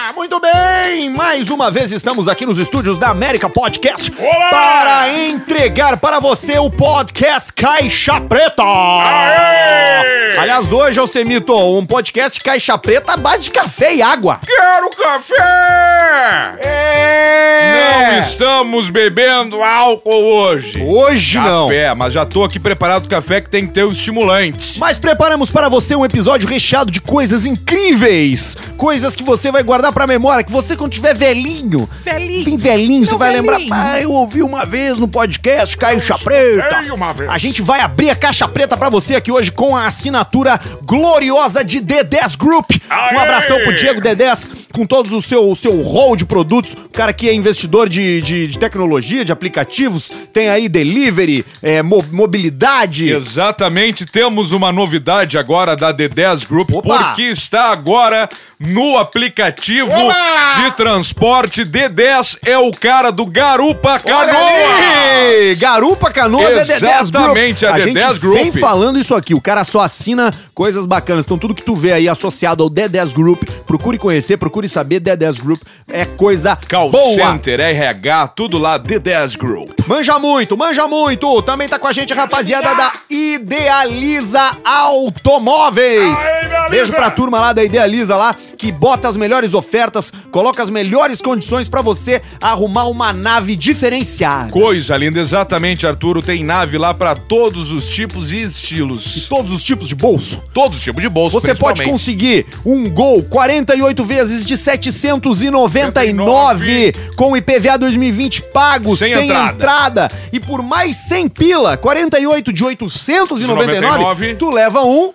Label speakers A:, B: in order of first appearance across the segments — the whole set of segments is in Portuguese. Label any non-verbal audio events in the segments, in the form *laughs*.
A: Ah, mais uma vez estamos aqui nos estúdios da América Podcast para entregar para você o podcast Caixa Preta. Aliás, hoje, Alcemito, um podcast Caixa Preta à base de café e água.
B: Quero café!
A: É!
B: Não estamos bebendo álcool hoje.
A: Hoje não.
B: Café, mas já tô aqui preparado o café que tem que ter o estimulante.
A: Mas preparamos para você um episódio recheado de coisas incríveis. Coisas que você vai guardar pra memória, que você quando tiver velhinho. Velhinho. Bem velhinho, você vai lembrar. Ah, eu ouvi uma vez no podcast Caixa Preta.
B: escutei uma vez.
A: A gente vai abrir a caixa preta pra você aqui hoje com a assinatura gloriosa de D10 Group.
B: Aê!
A: Um abração pro Diego D10 com todos o seu, o seu rol de produtos. O cara que é investidor de, de, de tecnologia, de aplicativos. Tem aí delivery, eh, mo- mobilidade.
B: Exatamente, temos uma novidade agora da D10 Group,
A: Opa!
B: porque está agora no aplicativo de transporte. D10 é o cara do Garupa
A: Olha
B: Canoa!
A: aí! Garupa é Canoa
B: Exatamente, é a
A: a gente
B: D10
A: vem
B: Group.
A: falando isso aqui, o cara só assina coisas bacanas. Então tudo que tu vê aí associado ao D10 Group, procure conhecer, procure saber, D10 Group é coisa
B: Call
A: boa.
B: Center, RH, tudo lá, D10 Group.
A: Manja muito, manja muito. Também tá com a gente a rapaziada da Idealiza Automóveis.
B: Aê, Idealiza!
A: Beijo pra turma lá da Idealiza lá, que bota as melhores ofertas, coloca as melhores condições pra você arrumar uma nave diferenciada.
B: Coisa linda, exatamente, Arturo. Tem nave lá pra todos os tipos e estilos.
A: Todos os tipos de bolso.
B: Todos os tipos de bolso,
A: Você pode
B: principalmente.
A: conseguir um gol 48 vezes de 799 com IPVA 2020 pago,
B: Sem
A: sem,
B: entrada.
A: entrada. E por mais 100 pila, 48 de 899, tu leva um.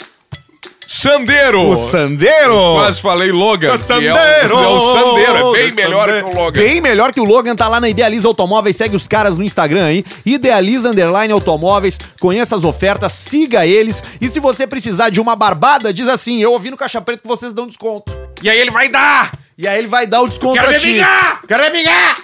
B: Sandeiro!
A: Sandeiro!
B: Quase falei Logan.
A: O
B: que É o, é o Sandeiro, é bem melhor que o Logan.
A: Bem melhor que o Logan, tá lá na Idealiza Automóveis, segue os caras no Instagram aí, Idealiza Underline Automóveis, conheça as ofertas, siga eles, e se você precisar de uma barbada, diz assim, eu ouvi no Caixa Preto que vocês dão desconto.
B: E aí ele vai dar!
A: E aí ele vai dar o desconto
B: Quero
A: pra
B: me
A: ti.
B: vingar!
A: Quero me vingar!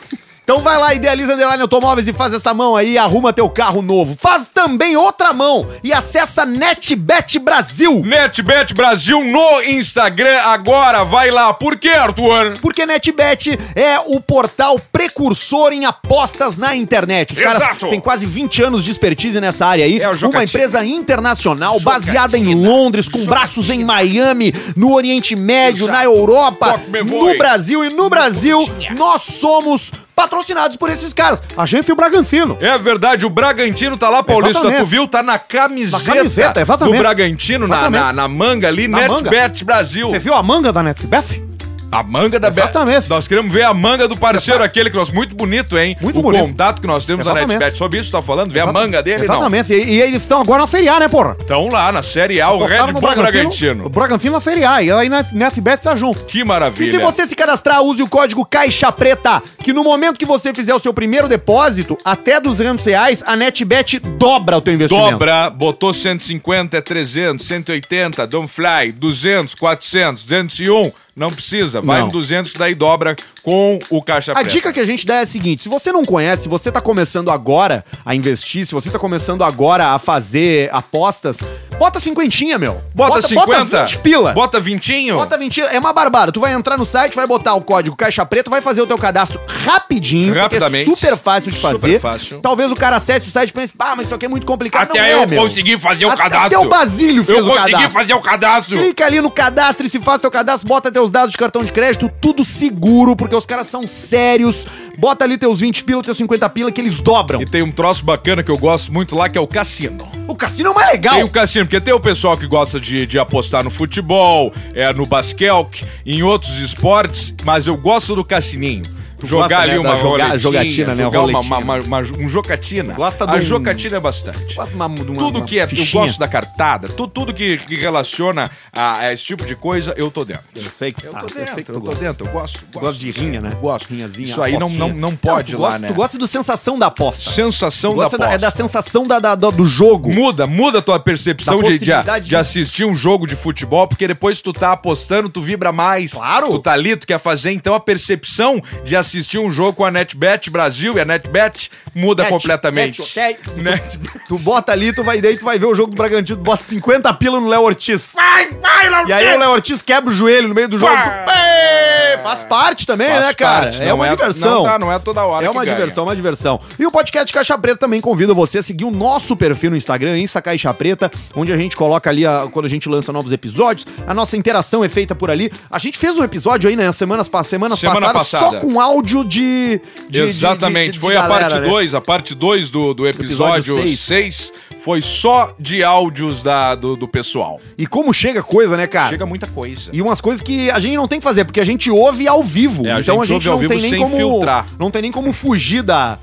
A: Então vai lá, Idealiza Underline Automóveis e faz essa mão aí, arruma teu carro novo. Faz também outra mão e acessa NetBet Brasil.
B: NetBet Brasil no Instagram agora, vai lá. Por que, Arthur?
A: Porque NetBet é o portal precursor em apostas na internet. Os caras
B: Exato.
A: têm quase 20 anos de expertise nessa área aí.
B: É o Jocatina.
A: Uma empresa internacional baseada em Londres, com braços em Miami, no Oriente Médio,
B: Exato.
A: na Europa,
B: Toque me voe.
A: no Brasil. E no Brasil, nós somos patrocinados por esses caras. A gente e o Bragantino.
B: É verdade, o Bragantino tá lá, Paulista,
A: Exatamente.
B: tu viu? Tá na camiseta,
A: Na camiseta,
B: do
A: exatamente.
B: Bragantino, na,
A: Exatamente.
B: na, na manga ali,
A: Na
B: NetBet Brasil.
A: Você viu a manga da NetBet?
B: A manga da Bet.
A: Exatamente.
B: Nós queremos ver a manga do parceiro, aquele que nós. Muito bonito, hein?
A: Muito
B: o
A: bonito.
B: contato que nós temos na
A: Exatamente.
B: NetBet. Sobre isso, tá falando? Ver a manga dele, não.
A: Exatamente. E, e eles estão agora na Série A, né, porra?
B: Estão lá na Série A, o
A: Gostaram
B: Red
A: do
B: Bull Bragantino.
A: O Bragantino na Série A. E aí na NetBet tá junto.
B: Que
A: E
B: maravilha.
A: se você se cadastrar, use o código Caixa Preta, que no momento que você fizer o seu primeiro depósito, até 200 reais, a NetBet dobra o teu investimento.
B: Dobra, botou 150, é 300, 180, don't fly, 200, 400, 201. Não precisa, vai
A: Não.
B: no 200, daí dobra com o caixa
A: A
B: preta.
A: dica que a gente dá é a seguinte: se você não conhece, se você tá começando agora a investir, se você tá começando agora a fazer apostas, bota cinquentinha, meu.
B: Bota, 50,
A: Bota 20 pila.
B: Bota vintinho.
A: Bota 20, é uma barbada. Tu vai entrar no site, vai botar o código Caixa Preta, vai fazer o teu cadastro rapidinho, porque
B: Rapidamente.
A: é super fácil de
B: Super
A: fazer.
B: fácil.
A: Talvez o cara acesse o site e pense, ah, mas isso aqui é muito complicado.
B: Até
A: Não é,
B: eu
A: meu.
B: consegui fazer o
A: Até,
B: cadastro.
A: até o Basílio fez
B: Eu
A: o
B: consegui
A: cadastro.
B: fazer o cadastro.
A: Clica ali no cadastro e se faz teu cadastro, bota teus dados de cartão de crédito, tudo seguro, porque os caras são sérios. Bota ali teus 20 pila, teus 50 pila, que eles dobram.
B: E tem um troço bacana que eu gosto muito lá, que é o cassino.
A: O cassino é o mais legal.
B: Tem o cassino, porque tem o pessoal que gosta de, de apostar no futebol, é, no basquete, em outros esportes, mas eu gosto do cassininho. jogar
A: gosta,
B: ali
A: né,
B: uma
A: da joga-
B: roletinha,
A: jogatina, né, a
B: jogar uma,
A: roletinha.
B: uma- uma- uma- um jocatina.
A: gosta
B: a
A: de um-
B: jocatina é bastante.
A: Gosta de uma- de uma-
B: tudo
A: uma
B: que é,
A: fichinha.
B: eu gosto da cartada, tu- tudo que, que relaciona a, a esse tipo de coisa, eu tô dentro.
A: Eu sei que tá, eu sei que tu
B: eu tô
A: gosta.
B: dentro, eu gosto.
A: Tu gosta de rinha, né?
B: Gosto.
A: Rinhazinha,
B: Isso aí não, não,
A: apostinha.
B: não pode
A: tu
B: lá,
A: gosta,
B: né?
A: Tu gosta do sensação da aposta.
B: Sensação
A: Tu
B: da
A: gosta
B: aposta.
A: da, é da sensação da, da- do, do jogo.
B: Muda, muda a tua percepção
A: Da
B: de, de,
A: possibilidade
B: de
A: de-
B: assistir um jogo de futebol, porque depois tu tá apostando, tu vibra mais.
A: Claro.
B: Tu tá ali, tu quer fazer. Então a percepção de assistir um jogo com a NetBet Brasil e a NetBet muda
A: Net,
B: completamente. Né?
A: net, ok.
B: Net-
A: Tu bota ali, tu vai daí, tu vai ver o jogo do Bragantino, tu bota 50 pila no Léo Ortiz.
B: Vai, vai,
A: E aí o Léo Ortiz quebra o joelho no meio do jogo.
B: Pá!
A: Ei, faz parte também,
B: É, Faz
A: né, cara?
B: parte,
A: é
B: não
A: uma
B: Não,
A: diversão.
B: tá, não é toda hora
A: É
B: que
A: uma
B: ganha.
A: diversão, uma diversão. E o podcast Caixa Preta também convida você a seguir o nosso perfil no Instagram, Insta Caixa Preta, onde a gente coloca ali, a- quando a gente lança novos episódios, a nossa interação é feita por ali. A gente fez um episódio aí, né, semanas, pa- semanas
B: Semana
A: passadas,
B: passada.
A: só com áudio de... de- de-
B: Exatamente,
A: de- de
B: foi
A: galera,
B: a parte
A: né?
B: 2, a parte 2 do, do
A: Episódio
B: episódio
A: seis.
B: 6 foi só de áudios da, do, do pessoal.
A: E como chega coisa, né, cara?
B: Chega muita coisa.
A: E umas coisas que a gente não tem que fazer, porque a gente ouve ao vivo.
B: É, a
A: então a
B: gente
A: gente,
B: ouve ao
A: não
B: vivo
A: tem nem
B: sem
A: como.
B: filtrar.
A: Não tem nem como fugir da.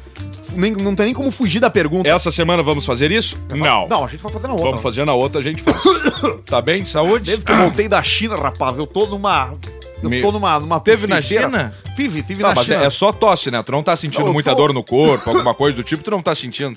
A: nem- não tem nem como fugir da pergunta.
B: Essa semana vamos fazer isso? É, Não.
A: Não, a gente vai fazer na outra.
B: Vamos fazer na outra, a gente
A: *coughs*
B: faz. tá bem? de Saúde?
A: Desde que eu voltei da China, rapaz, eu tô numa. Eu
B: Me-
A: tô numa. numa
B: Teve na
A: festeira.
B: China?
A: Tive, tive
B: Tá,
A: na
B: mas
A: China.
B: é, é só tosse, né? Tu não tá sentindo
A: Eu
B: muita
A: sou-
B: dor no corpo, alguma coisa do tipo, tu não tá sentindo.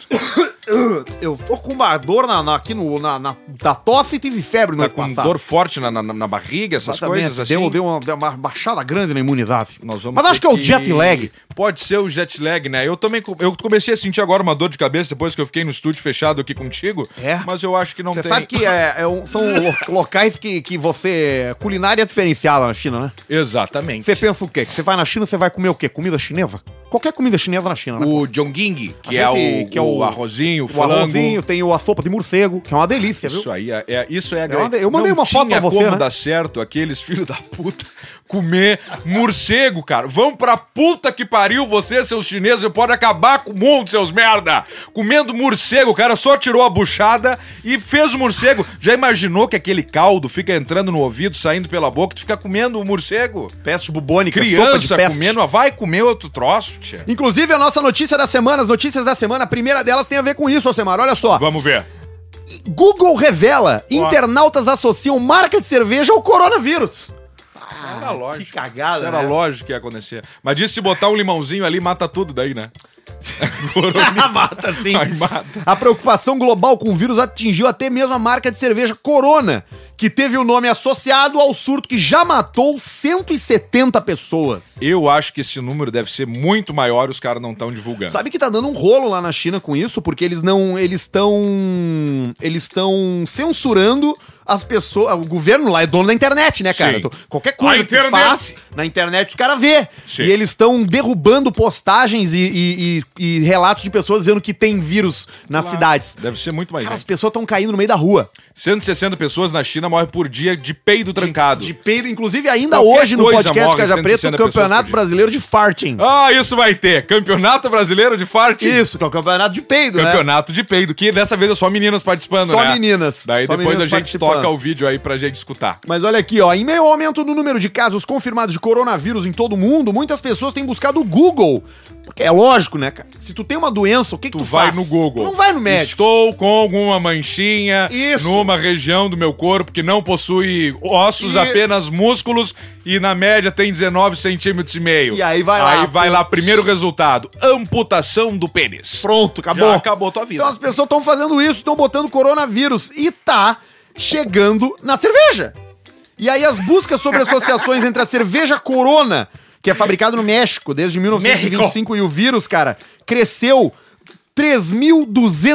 A: Eu tô com uma dor na, na- aqui no, na, na, da tosse e tive febre no
B: Tá
A: ano
B: com
A: passado.
B: dor forte na, na, na barriga, essas
A: Exatamente,
B: coisas assim.
A: deu, deu, uma, deu uma baixada grande na imunidade.
B: Nós vamos
A: mas acho
B: ter
A: que é o jet lag.
B: Pode ser o jet lag, né? Eu também co- eu comecei a sentir agora uma dor de cabeça depois que eu fiquei no estúdio fechado aqui contigo.
A: É?
B: Mas eu acho que não
A: Você
B: tem.
A: sabe que é- é um-
B: *laughs*
A: são lo- locais que, que você. culinária é diferenciada na China, né?
B: Exatamente.
A: Você pensa o quê? Que você vai na China, você vai comer o quê? Comida chinesa? Qualquer comida chinesa na China, né?
B: O Jongging, que,
A: A
B: é
A: gente-
B: o,
A: que é o-
B: o arrozinho, o
A: O
B: frango.
A: arrozinho, tem o- a sopa de morcego, que é uma delícia, viu?
B: Isso aí, é, é- isso é a
A: Eu andei- eu
B: Não
A: mandei uma foto
B: tinha
A: pra você,
B: como
A: né?
B: dar certo aqueles filhos da puta comer morcego, cara. Vão pra puta que pariu você, seus chineses, você pode acabar com o mundo, seus merda. Comendo morcego, o cara só tirou a buchada e fez o morcego. Já imaginou que aquele caldo fica entrando no ouvido, saindo pela boca, tu fica comendo o morcego?
A: Peste bubônica,
B: Criança
A: tipo, sopa É de peste.
B: comendo, ah, vai comer outro troço, tia.
A: Inclusive, a nossa notícia da semana, as notícias da semana, a primeira delas tem a ver com isso, Alcemar. Olha só.
B: Vamos ver.
A: Google revela:
B: Ó.
A: internautas associam marca de cerveja ao coronavírus.
B: Era lógico.
A: Ah, que cagada,
B: Isso Era
A: né? *laughs*
B: lógico que ia acontecer. Mas disse se botar um limãozinho ali, mata tudo daí, né?
A: Ah, Mata sim.
B: Ai, mata.
A: A preocupação global com o vírus atingiu até mesmo a marca de cerveja Corona, que teve o nome associado ao surto que já matou 170 pessoas.
B: Eu acho que esse número deve ser muito maior e os caras não estão divulgando.
A: Sabe que tá dando um rolo lá na China com isso, porque eles não, eles estão, eles estão censurando as pessoas, o governo lá é dono da internet, né, cara?
B: Sim.
A: Tu- Qualquer coisa
B: A
A: que tu
B: internet.
A: faz na internet os caras vê.
B: Sim.
A: E eles estão derrubando postagens e, e- e- e relatos de pessoas dizendo que tem vírus nas cidades.
B: Deve ser muito mais.
A: Cara, as
B: gente.
A: pessoas estão caindo no meio da rua.
B: 160 pessoas na China morrem por dia de peido trancado.
A: De peido, inclusive ainda
B: Qualquer
A: hoje no
B: coisa
A: podcast
B: morre
A: Caja
B: 160
A: Preta,
B: pessoas
A: o
B: por
A: Campeonato
B: dia.
A: Brasileiro de Farting.
B: Ah, isso vai ter! Campeonato Brasileiro de Farte.
A: Isso, que é o campeonato de peido, né?
B: Campeonato de peido, que dessa vez é só meninas participando,
A: Só
B: né?
A: meninas.
B: Daí
A: Só
B: depois a
A: meninas
B: gente
A: participando.
B: toca o vídeo aí pra gente escutar.
A: Mas olha aqui, ó, em meio ao aumento do número de casos confirmados de coronavírus em todo o mundo, muitas pessoas têm buscado o Google. Porque é lógico, né, cara? Se tu tem uma doença, o que que
B: Tu,
A: tu,
B: vai
A: faz?
B: no Google.
A: Tu não vai no médico.
B: Estou com alguma manchinha
A: Isso.
B: numa região do meu corpo que não possui ossos,
A: E-
B: apenas músculos e na média tem 19 centímetros e meio.
A: E aí vai lá.
B: Aí vai lá, primeiro resultado, amputação do pênis.
A: Pronto, acabou.
B: Já acabou tua vida.
A: Então as pessoas estão fazendo isso, estão botando coronavírus e tá chegando na cerveja. E aí as buscas sobre associações entre a cerveja Corona, que é fabricado no México desde 1925 e o vírus, cara, cresceu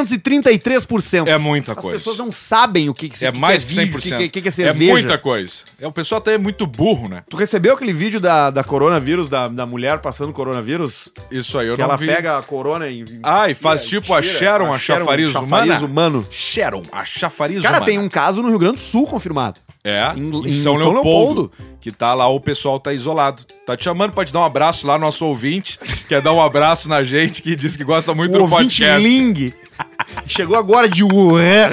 A: 3.233%.
B: É muita
A: As
B: coisa.
A: pessoas não sabem o que, que
B: é
A: o que
B: mais
A: que
B: de
A: é vídeo,
B: 100%.
A: o que, que, que é cerveja.
B: muita coisa. É, o pessoal até é muito burro, né?
A: Tu recebeu aquele vídeo da, da coronavírus, da, da mulher passando coronavírus?
B: Isso aí, eu
A: que
B: não
A: ela
B: vi.
A: pega a corona e... é,
B: Ah, e faz tipo a
A: tira,
B: Sharon, a chafariz humana?
A: humano.
B: Sharon, a chafariz
A: Cara,
B: humana.
A: tem um caso no Rio Grande do Sul confirmado.
B: É,
A: Em-
B: em,
A: em
B: São,
A: São
B: Leopoldo,
A: Leopoldo.
B: Que tá lá, o pessoal tá isolado. Tá te chamando pra te dar um abraço lá, nosso ouvinte. quer dar um abraço na gente que diz que gosta muito
A: o
B: do
A: Um ouvinte
B: podcast.
A: Ling
B: *laughs*
A: chegou agora de Wuhan.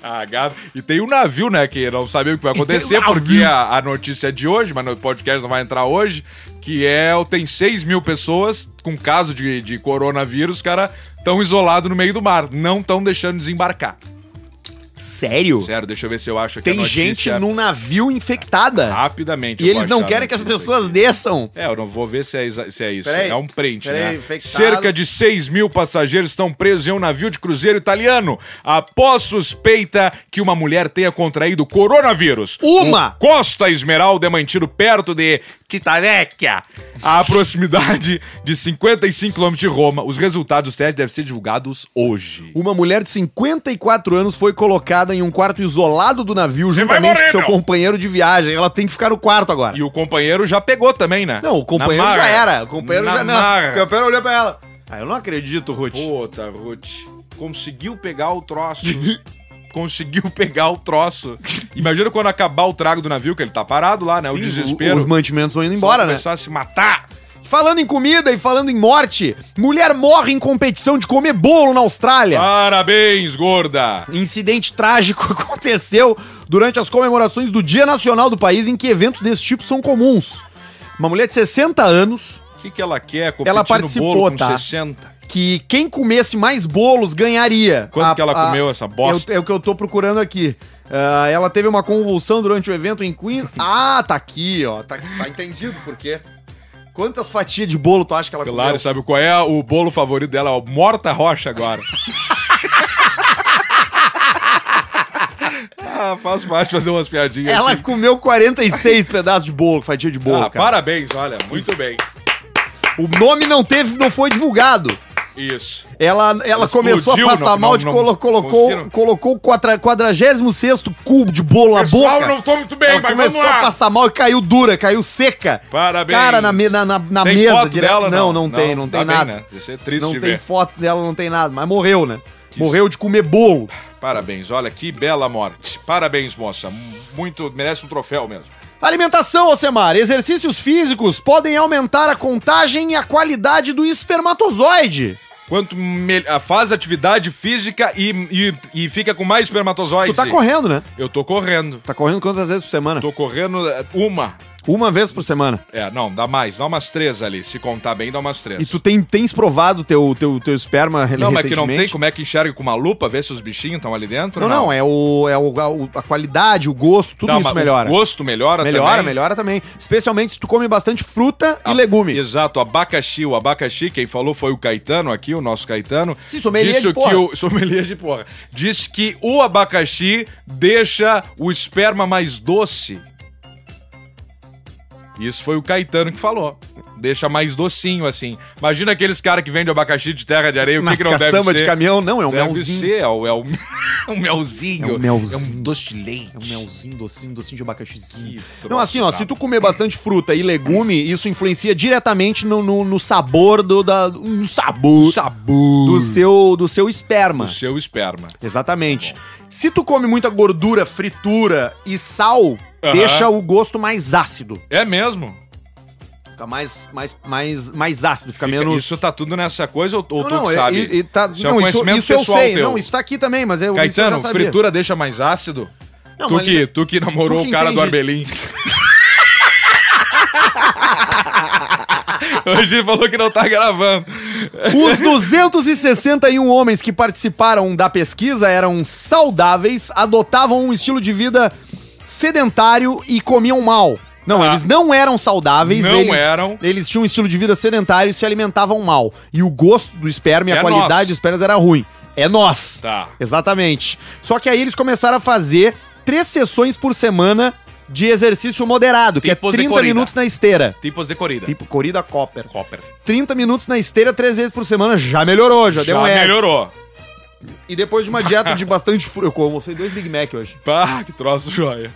B: Cagado. E tem um navio, né? Que não sabemos o que vai
A: tem um
B: acontecer,
A: navio.
B: porque a, a notícia é de hoje, mas no podcast não vai entrar hoje. Que é, o- tem 6 mil pessoas com caso de, de coronavírus, cara, tão isolado no meio do mar. Não estão deixando desembarcar.
A: Sério?
B: Sério, deixa eu ver se eu acho aqui a
A: Tem
B: é notícia
A: gente num navio infectada.
B: rapidamente.
A: e
B: eu vou
A: eles não
B: achar a
A: querem que as
B: notícia
A: pessoas
B: aqui.
A: desçam.
B: É, eu não vou ver se é, exa- se é isso.
A: Peraí,
B: é um print,
A: peraí,
B: né?
A: infectados.
B: Cerca de 6 mil passageiros estão presos em um navio de cruzeiro italiano após suspeita que uma mulher tenha contraído coronavírus.
A: Uma!
B: O Costa Esmeralda é mantido perto de Titavecchia,
A: *laughs*
B: a proximidade de 55 quilômetros de Roma. Os resultados do teste devem ser divulgados hoje.
A: Uma mulher de 54 anos foi colocada em um quarto isolado do navio
B: Você vai
A: juntamente
B: morrer,
A: com seu
B: meu.
A: companheiro de viagem. Ela tem que ficar no quarto agora.
B: E o companheiro já pegou também, né?
A: Não, o companheiro
B: Na
A: já
B: marra.
A: era. O companheiro
B: Na
A: já não. O
B: marra.
A: companheiro olhou pra ela. Ah, eu não acredito, Ruth.
B: Puta, Ruth. Conseguiu pegar o troço.
A: *laughs*
B: Conseguiu *laughs* pegar o troço. Imagina quando acabar o trago do navio, que ele tá parado lá, né? o
A: Sim,
B: desespero.
A: Os mantimentos vão indo embora, né?
B: começar a se matar.
A: Falando em comida e falando em morte, mulher morre em competição de comer bolo na Austrália.
B: Ah. Parabéns, gorda.
A: Incidente trágico *laughs* aconteceu durante as comemorações do Dia Nacional do país, em que eventos desse tipo são comuns. Uma mulher de 60 anos,
B: O que, que ela quer?
A: Ela
B: no
A: participou,
B: bolo com
A: tá?
B: 60.
A: que quem comesse mais bolos ganharia.
B: Quanto
A: A-
B: que ela
A: a-
B: comeu essa bosta?
A: É, o- é o que eu tô procurando aqui. Ah, ela teve uma convulsão durante o evento
B: *laughs*
A: em Queen. Ah, tá aqui, ó. Tá, tá entendido por quê. Quantas fatias de bolo tu acha que ela
B: Claro,
A: comeu?
B: sabe qual é o bolo favorito dela? Ó, Morta rocha
A: *laughs*
B: agora. ah, faz parte fazer umas piadinhas
A: Ela
B: assim.
A: comeu 46 pedaços de bolo, fatia de bolo,
B: ah,
A: cara.
B: parabéns, olha, muito bem.
A: O nome não teve, não foi divulgado.
B: Isso.
A: Ela, ela
B: Explodiu,
A: começou a passar
B: não-
A: mal
B: não-
A: de
B: não
A: colo- colocou,
B: conseguiram.
A: colocou o 46 cubo de bolo na
B: Pessoal,
A: boca.
B: não tô muito bem,
A: Ela
B: mas
A: começou
B: vamos
A: a
B: lá.
A: passar mal e caiu dura, caiu seca.
B: Parabéns.
A: Cara, na, me- na, na, na
B: Tem
A: mesa
B: foto
A: direto.
B: dela,
A: não, não, tem, não
B: tá
A: tem
B: bem,
A: nada.
B: né? Deve ser triste
A: Não
B: de
A: tem
B: ver.
A: foto dela, não tem nada. Mas morreu, né?
B: Que
A: Morreu de
B: *sighs*
A: comer bolo.
B: Parabéns, olha que bela morte. Parabéns, moça. Muito, merece um troféu mesmo.
A: Alimentação, Alcemar. Exercícios físicos podem aumentar a contagem e a qualidade do espermatozoide.
B: Quanto me- ah, faz atividade física e, e, e fica com mais
A: Tu
B: espermatozoides.
A: tá correndo, né?
B: Eu tô correndo.
A: Tá correndo quantas vezes por semana?
B: Tô correndo eh, uma.
A: Uma vez por semana.
B: É, não, dá mais. Dá umas três ali. Se contar bem, dá umas três.
A: E tu tá tem, tens provado teu, teu, teu esperma
B: Não, mas que
A: recentemente?
B: não tem como é que enxerga com uma lupa, ver se os bichinhos estão ali dentro?
A: Não, não, é, o, é o, a, o- a qualidade, o gosto, tudo
B: Não, mas
A: isso
B: o
A: melhora.
B: gosto melhora,
A: melhora,
B: também. Ah,
A: melhora também. Especialmente se tu come bastante fruta
B: A-
A: e legume.
B: Exato, abacaxi. O abacaxi, quem falou foi o Caetano aqui, o nosso Caetano.
A: Sim, sommelier de
B: Disse
A: porra.
B: Que o, *laughs* sommelier de porra. Diz que o abacaxi deixa o esperma mais doce. Isso foi o Caetano que falou. Deixa mais docinho, assim. Imagina aqueles caras que vendem abacaxi de terra de areia, o que,
A: Nas
B: que não deve
A: caçamba
B: ser.
A: de caminhão, não, é um
B: deve
A: melzinho.
B: ser, é o, *laughs* é o, é um melzinho.
A: É um melzinho.
B: É um doce de leite.
A: É um melzinho docinho, docinho de abacaxizinho.
B: Que
A: Não,
B: troço
A: assim, ó,
B: brabo.
A: se tu comer bastante fruta e legume, isso influencia diretamente no, no, no sabor do da, no sabor,
B: sabor
A: do seu do seu esperma.
B: do seu esperma.
A: Exatamente. Se tu come muita gordura, fritura e sal,
B: Aham.
A: deixa o gosto mais ácido.
B: É mesmo?
A: Fica mais, mais, mais, mais ácido, fica,
B: Fica-
A: menos.
B: Isso tá tudo nessa coisa ou, ou
A: não,
B: tu
A: não,
B: que
A: é-
B: sabe?
A: e- e tá-
B: Isso é um
A: não, isso,
B: conhecimento
A: isso eu
B: pessoal
A: sei.
B: teu.
A: Não, isso tá aqui também, mas eu. isso eu já
B: Caetano,
A: sabia.
B: fritura deixa mais ácido?
A: Não,
B: tu,
A: mas-
B: que, tu que namorou
A: que
B: o cara do
A: entende.
B: Arbelim. *laughs* Hoje ele falou que não tá gravando.
A: Os 261 homens que participaram da pesquisa eram saudáveis, adotavam um estilo de vida sedentário e comiam mal. Não,
B: Ah.
A: eles não eram saudáveis.
B: Não
A: eles,
B: eram.
A: Eles tinham um estilo de vida sedentário e se alimentavam mal. E o gosto do esperma e a
B: É
A: qualidade
B: nós.
A: do esperma era ruim. É nós.
B: Tá.
A: Exatamente. Só que aí eles começaram a fazer três sessões por semana de exercício moderado, que
B: Tipos
A: é
B: de
A: 30
B: corrida.
A: minutos na esteira.
B: Tipos de corrida.
A: Tipo corrida copper.
B: Copper.
A: 30 minutos na esteira três vezes por semana já melhorou, já, deu um ex.
B: melhorou.
A: E depois de uma dieta de bastante fruta, eu comecei dois Big Mac hoje.
B: Pá, que troço joia.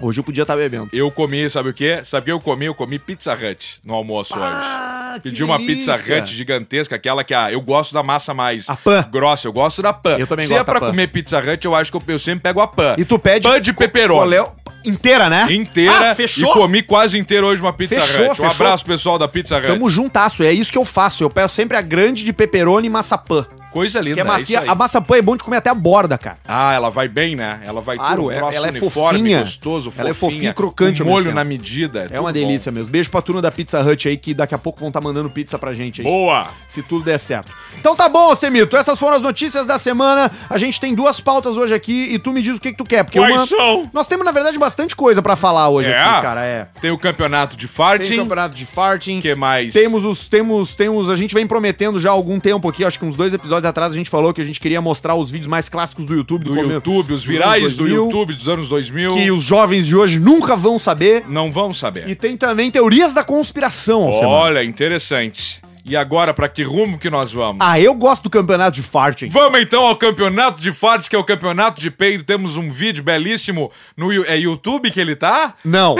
A: Hoje eu podia estar bebendo.
B: Eu comi, sabe o quê? Sabe o que eu comi? Eu comi Pizza Hut no almoço hoje.
A: Ah, que
B: Pedi uma
A: delícia.
B: Pizza Hut gigantesca, aquela que a, eu gosto da massa mais
A: A pan.
B: grossa, eu gosto da pan.
A: Eu também
B: Se
A: gosto
B: é
A: da
B: pra
A: pan.
B: comer Pizza Hut, eu acho que eu, eu sempre pego a pan.
A: E tu pede
B: Pan de
A: co-
B: pepperoni.
A: coleu- inteira, né?
B: inteira
A: Ah, fechou?
B: e comi quase inteiro hoje uma Pizza
A: Fechou,
B: Hut. Um
A: fechou.
B: abraço, pessoal da Pizza Hut.
A: Tamo juntasso, é isso que eu faço. Eu peço sempre a grande de pepperoni e maçapã.
B: Coisa linda,
A: Que é
B: isso
A: macia,
B: aí.
A: a maçapã é bom de comer até a borda, cara.
B: Ah, ela vai bem, né? Ela vai
A: Claro,
B: tudo, um
A: é-
B: troço
A: ela é
B: uniforme,
A: fofinha.
B: gostoso,
A: Ela é fofinha e crocante
B: crocante.
A: ao
B: Um
A: mesmo
B: molho
A: tempo.
B: na medida.
A: É uma
B: tudo bom.
A: delícia mesmo. Beijo pra turma da Pizza Hut aí, que daqui a pouco vão estar mandando pizza pra gente aí.
B: Boa!
A: se tudo der certo. Então tá bom, Semito. Essas foram as notícias da semana. A gente tem duas pautas hoje aqui e tu me diz o que, que tu quer. Porque
B: Quais
A: uma...
B: são?
A: Nós temos, na verdade, bastante coisa pra falar hoje
B: É?
A: aqui, cara. É.
B: Tem o campeonato de
A: Tem
B: farting. O
A: campeonato de farting.
B: que mais?
A: Temos os. Temos, temos. A gente vem prometendo já há algum tempo aqui, acho que uns dois episódios atrás, a gente falou que a gente queria mostrar os vídeos mais clássicos do YouTube
B: do
A: come-
B: YouTube, os
A: dos
B: virais
A: anos
B: do
A: 2000,
B: YouTube dos anos 2000.
A: Que os jovens de hoje nunca vão saber.
B: Não vão saber.
A: E tem também teorias da conspiração, Alcemar.
B: Olha, interessante. E agora, pra que rumo que nós vamos?
A: Ah, eu gosto do campeonato de farting.
B: Vamos então ao campeonato de farts, que é o campeonato de peido. Temos um vídeo belíssimo no Yu- é YouTube que ele tá.
A: Não.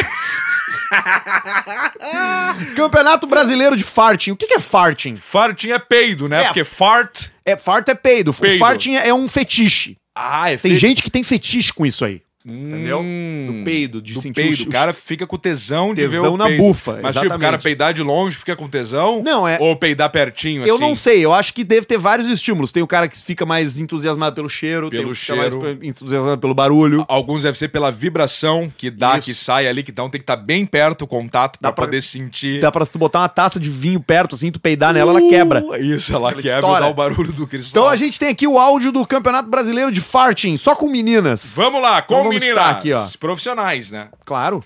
A: campeonato brasileiro de farting. O que, que é farting?
B: Farting é peido, né?
A: É.
B: Porque fart.
A: É, fart é peido.
B: Peido.
A: O farting é um fetiche.
B: Ah, é
A: Tem
B: fe-
A: gente que tem fetiche com isso aí.
B: Entendeu?
A: Hum, Do peido, de sentir o
B: peido.
A: ch-
B: O cara fica com tesão, de ver
A: Tesão
B: o
A: na
B: peido.
A: bufa,
B: Mas tipo, o cara
A: exatamente.
B: peidar de longe fica com tesão?
A: Não, é-
B: Ou peidar pertinho,
A: Eu
B: assim?
A: não sei, eu acho que deve ter vários estímulos. Tem o cara que fica mais entusiasmado pelo cheiro, tem
B: Pelo
A: o que fica mais
B: cheiro.
A: pe- entusiasmado pelo barulho.
B: Alguns deve ser pela vibração que dá,
A: Isso.
B: que sai ali, que então tem que estar bem perto o contato pra,
A: Dá pra-
B: poder sentir.
A: Dá pra tu botar uma taça de vinho perto, assim, tu peidar nela, ela quebra.
B: Uh, Isso, ela,
A: Ela
B: quebra e
A: estoura.
B: dá o barulho do cristal.
A: Então a gente tem aqui o áudio do Campeonato Brasileiro de Farting, só com meninas.
B: Vamos lá, com
A: Então vamos
B: meninas.
A: estar aqui, ó.
B: Profissionais, né?
A: Claro.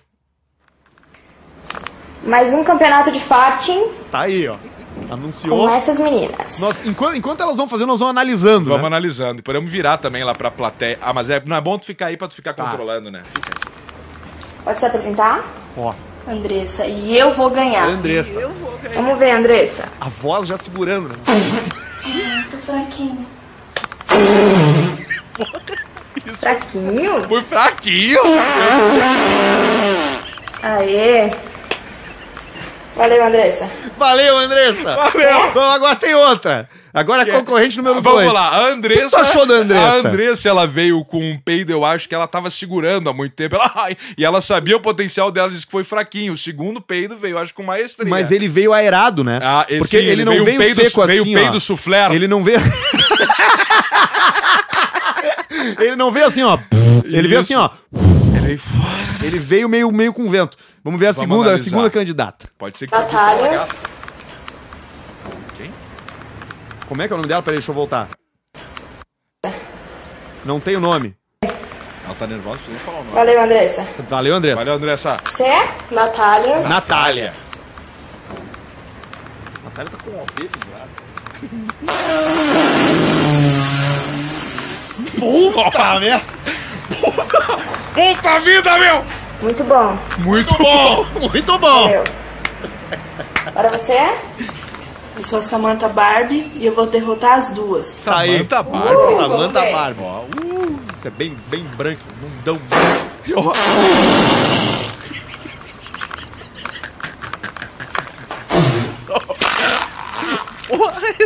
C: Mais um campeonato de farting
A: Tá aí, ó. Anunciou.
C: com essas meninas.
A: Nós, enquanto, enquanto elas vão fazendo, nós vamos analisando.
B: Vamos
A: né?
B: analisando. E podemos virar também lá pra plateia. Ah, mas é, não é bom tu ficar aí pra tu ficar
A: Tá.
B: controlando, né?
C: Pode se apresentar?
A: Ó,
C: Andressa, e eu vou ganhar.
A: Andressa.
C: Vamos ver, Andressa.
A: A voz já segurando, né?
C: Fraquinho. Fraquinho?
B: Foi fraquinho.
A: Tá,
C: Aê. Valeu, Andressa.
A: Valeu, Andressa! Valeu! Então agora tem outra. Agora é concorrente número 2.
B: Ah, Vamos lá, a Andressa.
A: O que tu achou da Andressa?
B: A Andressa, ela veio com um peido, eu acho que ela tava segurando há muito tempo. Ela, ai, e ela sabia o potencial dela, disse que foi fraquinho. O segundo peido veio, eu acho, com maestria.
A: Mas ele veio aerado, né?
B: Ah, esse-
A: Porque ele,
B: ele
A: não
B: veio
A: veio,
B: um peido-
A: seco
B: veio
A: assim,
B: peido
A: ó.
B: suflero.
A: Ele não veio... *laughs* ele não veio assim, ó. Ele veio assim, ó.
B: Ele-
A: Ele veio meio, meio com vento. Vamos ver a
B: Vamos
A: segunda, a
B: analisar.
A: segunda candidata.
B: Pode ser que. tá
C: Batalha.
A: Como é que é o nome dela? Peraí, deixa eu voltar. Não tem o nome.
B: Ela tá nervosa, precisa falar o nome.
C: Valeu, Andressa.
A: Valeu, Andressa.
B: Valeu, Andressa.
C: Você é? Natália.
A: Natália. tá um
B: Puta *laughs* merda! Puta, puta vida, meu!
C: Muito bom.
B: Muito bom! *laughs*
A: Muito bom. É,
C: Valeu. Agora você é?
D: Eu sou a Samantha Barbie e eu vou derrotar as duas.
A: Tá aí.
B: Samantha Barbie.
C: Uh, vamos
A: Samanta
C: ver.
A: Barbie. Isso é bem, bem branco, mundão
B: *laughs*
A: branco.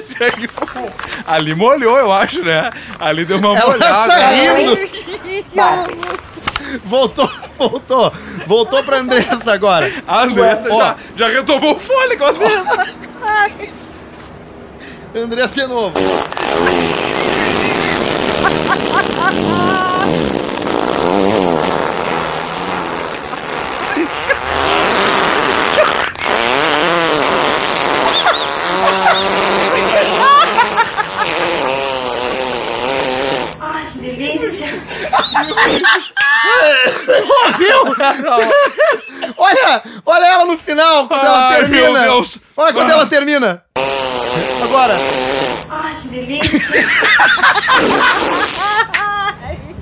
B: Segue. Ali molhou, eu acho, né? Ali deu uma
A: Ela
B: molhada.
A: tá
C: hein?
A: rindo.
C: Barbie.
A: Voltou, voltou. Voltou pra Andressa agora.
B: A Andressa
A: Tipo, é, Ó.
B: Ah, já, já retomou o
A: *laughs*
B: fôlego, Andressa.
A: Andressa de novo. Olha, olha ela no final, quando ela
B: Ai,
A: termina.
B: meu Deus.
A: Olha quando ela termina. Agora.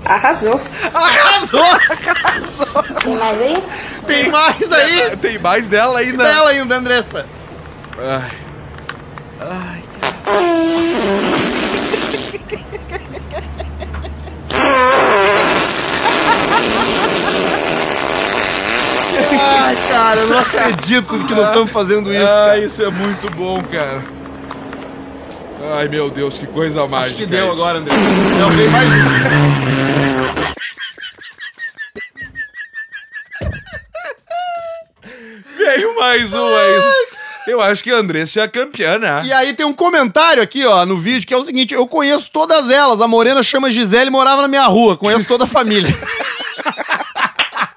C: Arrasou.
A: Arrasou.
C: Tem mais aí?
A: Tem mais aí.
B: Tem mais dela né? ainda.
A: Dela ainda, Andressa.
B: Ai.
A: Ai, cara, eu não acredito que nós estamos fazendo isso,
B: Ah,
A: cara.
B: isso é muito bom, cara. Ai, meu Deus, que coisa mágica.
A: Acho que deu
B: isso.
A: agora, Andressa. Não, tem mais um.
B: Veio mais um aí. Eu acho que a Andressa é a campeã, né?
A: E aí tem um comentário aqui, ó, no vídeo, que é o seguinte: eu conheço todas elas. A Morena chama Gisele e morava na minha rua. Conheço toda a família.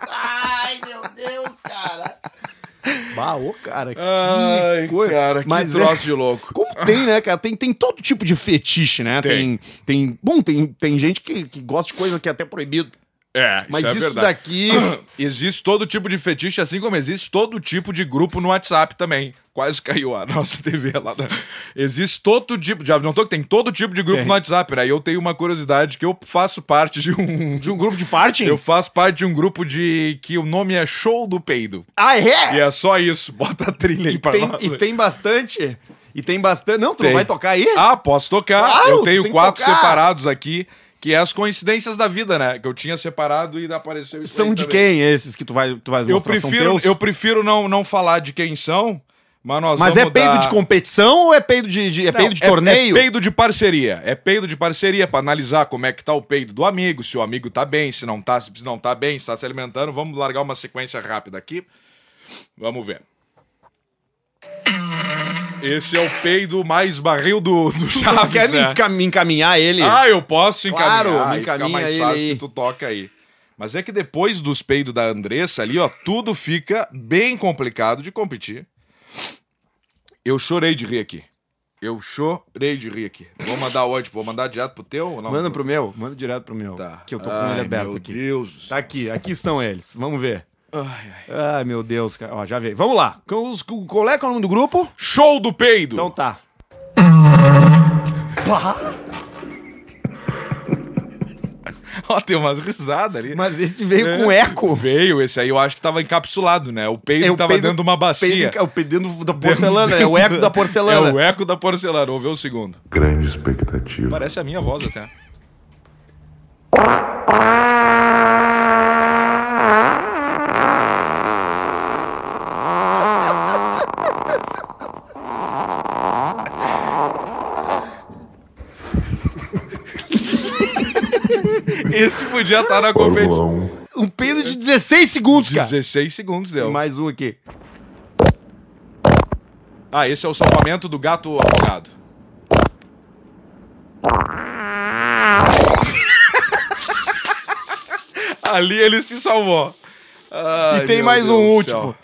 A: Ai, meu Deus, cara. Baô, cara. que
B: Ai,
A: coisa.
B: cara, que
A: Mas é-
B: troço de louco.
A: Como tem, né, cara? Tem, tem todo tipo de fetiche, né?
B: Tem.
A: Tem. tem bom, tem, tem gente que, que gosta de coisa que é até proibido.
B: É,
A: Mas isso,
B: é verdade.
A: daqui. *coughs*
B: Existe todo tipo de fetiche, assim como existe todo tipo de grupo no WhatsApp também. Quase caiu a *laughs* nossa TV lá. da- Existe todo tipo. Já notou que tem todo tipo de grupo no WhatsApp, né? E eu tenho uma curiosidade que eu faço parte de um.
A: De um grupo de farting?
B: Eu faço parte de um grupo de. que o nome é Show do Peido.
A: Ah, é?
B: E é só isso. *laughs* Bota a trilha aí pra
A: Tem-
B: nós.
A: e tem bastante. E tem bastante. Não, tu não
B: Tem.
A: vai tocar aí?
B: Ah, posso tocar.
A: Claro,
B: eu
A: tu
B: tenho
A: tem que
B: quatro
A: tocar.
B: separados aqui, que é as coincidências da vida, né? Que eu tinha separado e apareceu isso
A: São
B: aí
A: de
B: também.
A: quem esses que tu vai, tu vai
B: Eu
A: mostrar? São
B: prefiro,
A: teus?
B: eu prefiro não, não falar de quem são, mas nós
A: Mas é
B: vamos
A: peido
B: dar-
A: de competição ou é peido de, de- é
B: Não,
A: peido de
B: é-
A: torneio?
B: É peido de parceria. É peido de parceria pra analisar como é que tá o peido do amigo, se o amigo tá bem, se não tá, se não tá bem, se tá se alimentando. Vamos largar uma sequência rápida aqui. Vamos ver. Esse é o peido mais barril do, do
A: Tu não
B: Chaves,
A: quer me
B: né?
A: encam- me encaminhar ele?
B: Ah, eu posso encaminhar.
A: Claro, me
B: aí fica
A: encaminha
B: mais
A: ele
B: fácil
A: aí.
B: que tu toca aí. Mas é que depois dos peidos da Andressa ali, ó, tudo fica bem complicado de competir. Eu chorei de rir aqui. Eu chorei de rir aqui. Vou mandar hoje, vou mandar direto pro teu ou não?
A: manda pro meu, manda direto pro meu.
B: Tá.
A: Que eu tô com
B: Ai,
A: ele aberto
B: meu
A: aqui.
B: Deus. do céu.
A: Tá aqui, aqui estão eles. Vamos ver.
B: Ai, ai.
A: Ai, meu Deus, cara. Ó, já veio. Vamos lá. Com os- com- Qual é, que é o nome do grupo?
B: Show do peido.
A: Então tá. Pá,
B: *laughs* Ó, tem umas risadas ali. É.
A: mas esse veio com eco. É,
B: Veio esse aí, eu acho que tava encapsulado, né? O peido
A: o
B: tava
A: peido-
B: dentro de uma bacia.
A: Peido, é o pedido da porcelana, *laughs* é o eco da
B: *laughs*
A: porcelana.
B: É o eco da porcelana. Vou ver o segundo.
E: Grande expectativa.
B: Parece a minha voz até. Esse podia estar na competição.
E: Orlão.
A: Um peido de 16 segundos, cara.
B: 16 segundos
A: Tem
B: deu.
A: mais um aqui.
B: Ah, esse é o salvamento do gato afogado. *laughs* Ali ele se salvou. Ai,
A: e tem
B: meu
A: mais
B: Deus
A: um
B: do
A: último.
B: céu.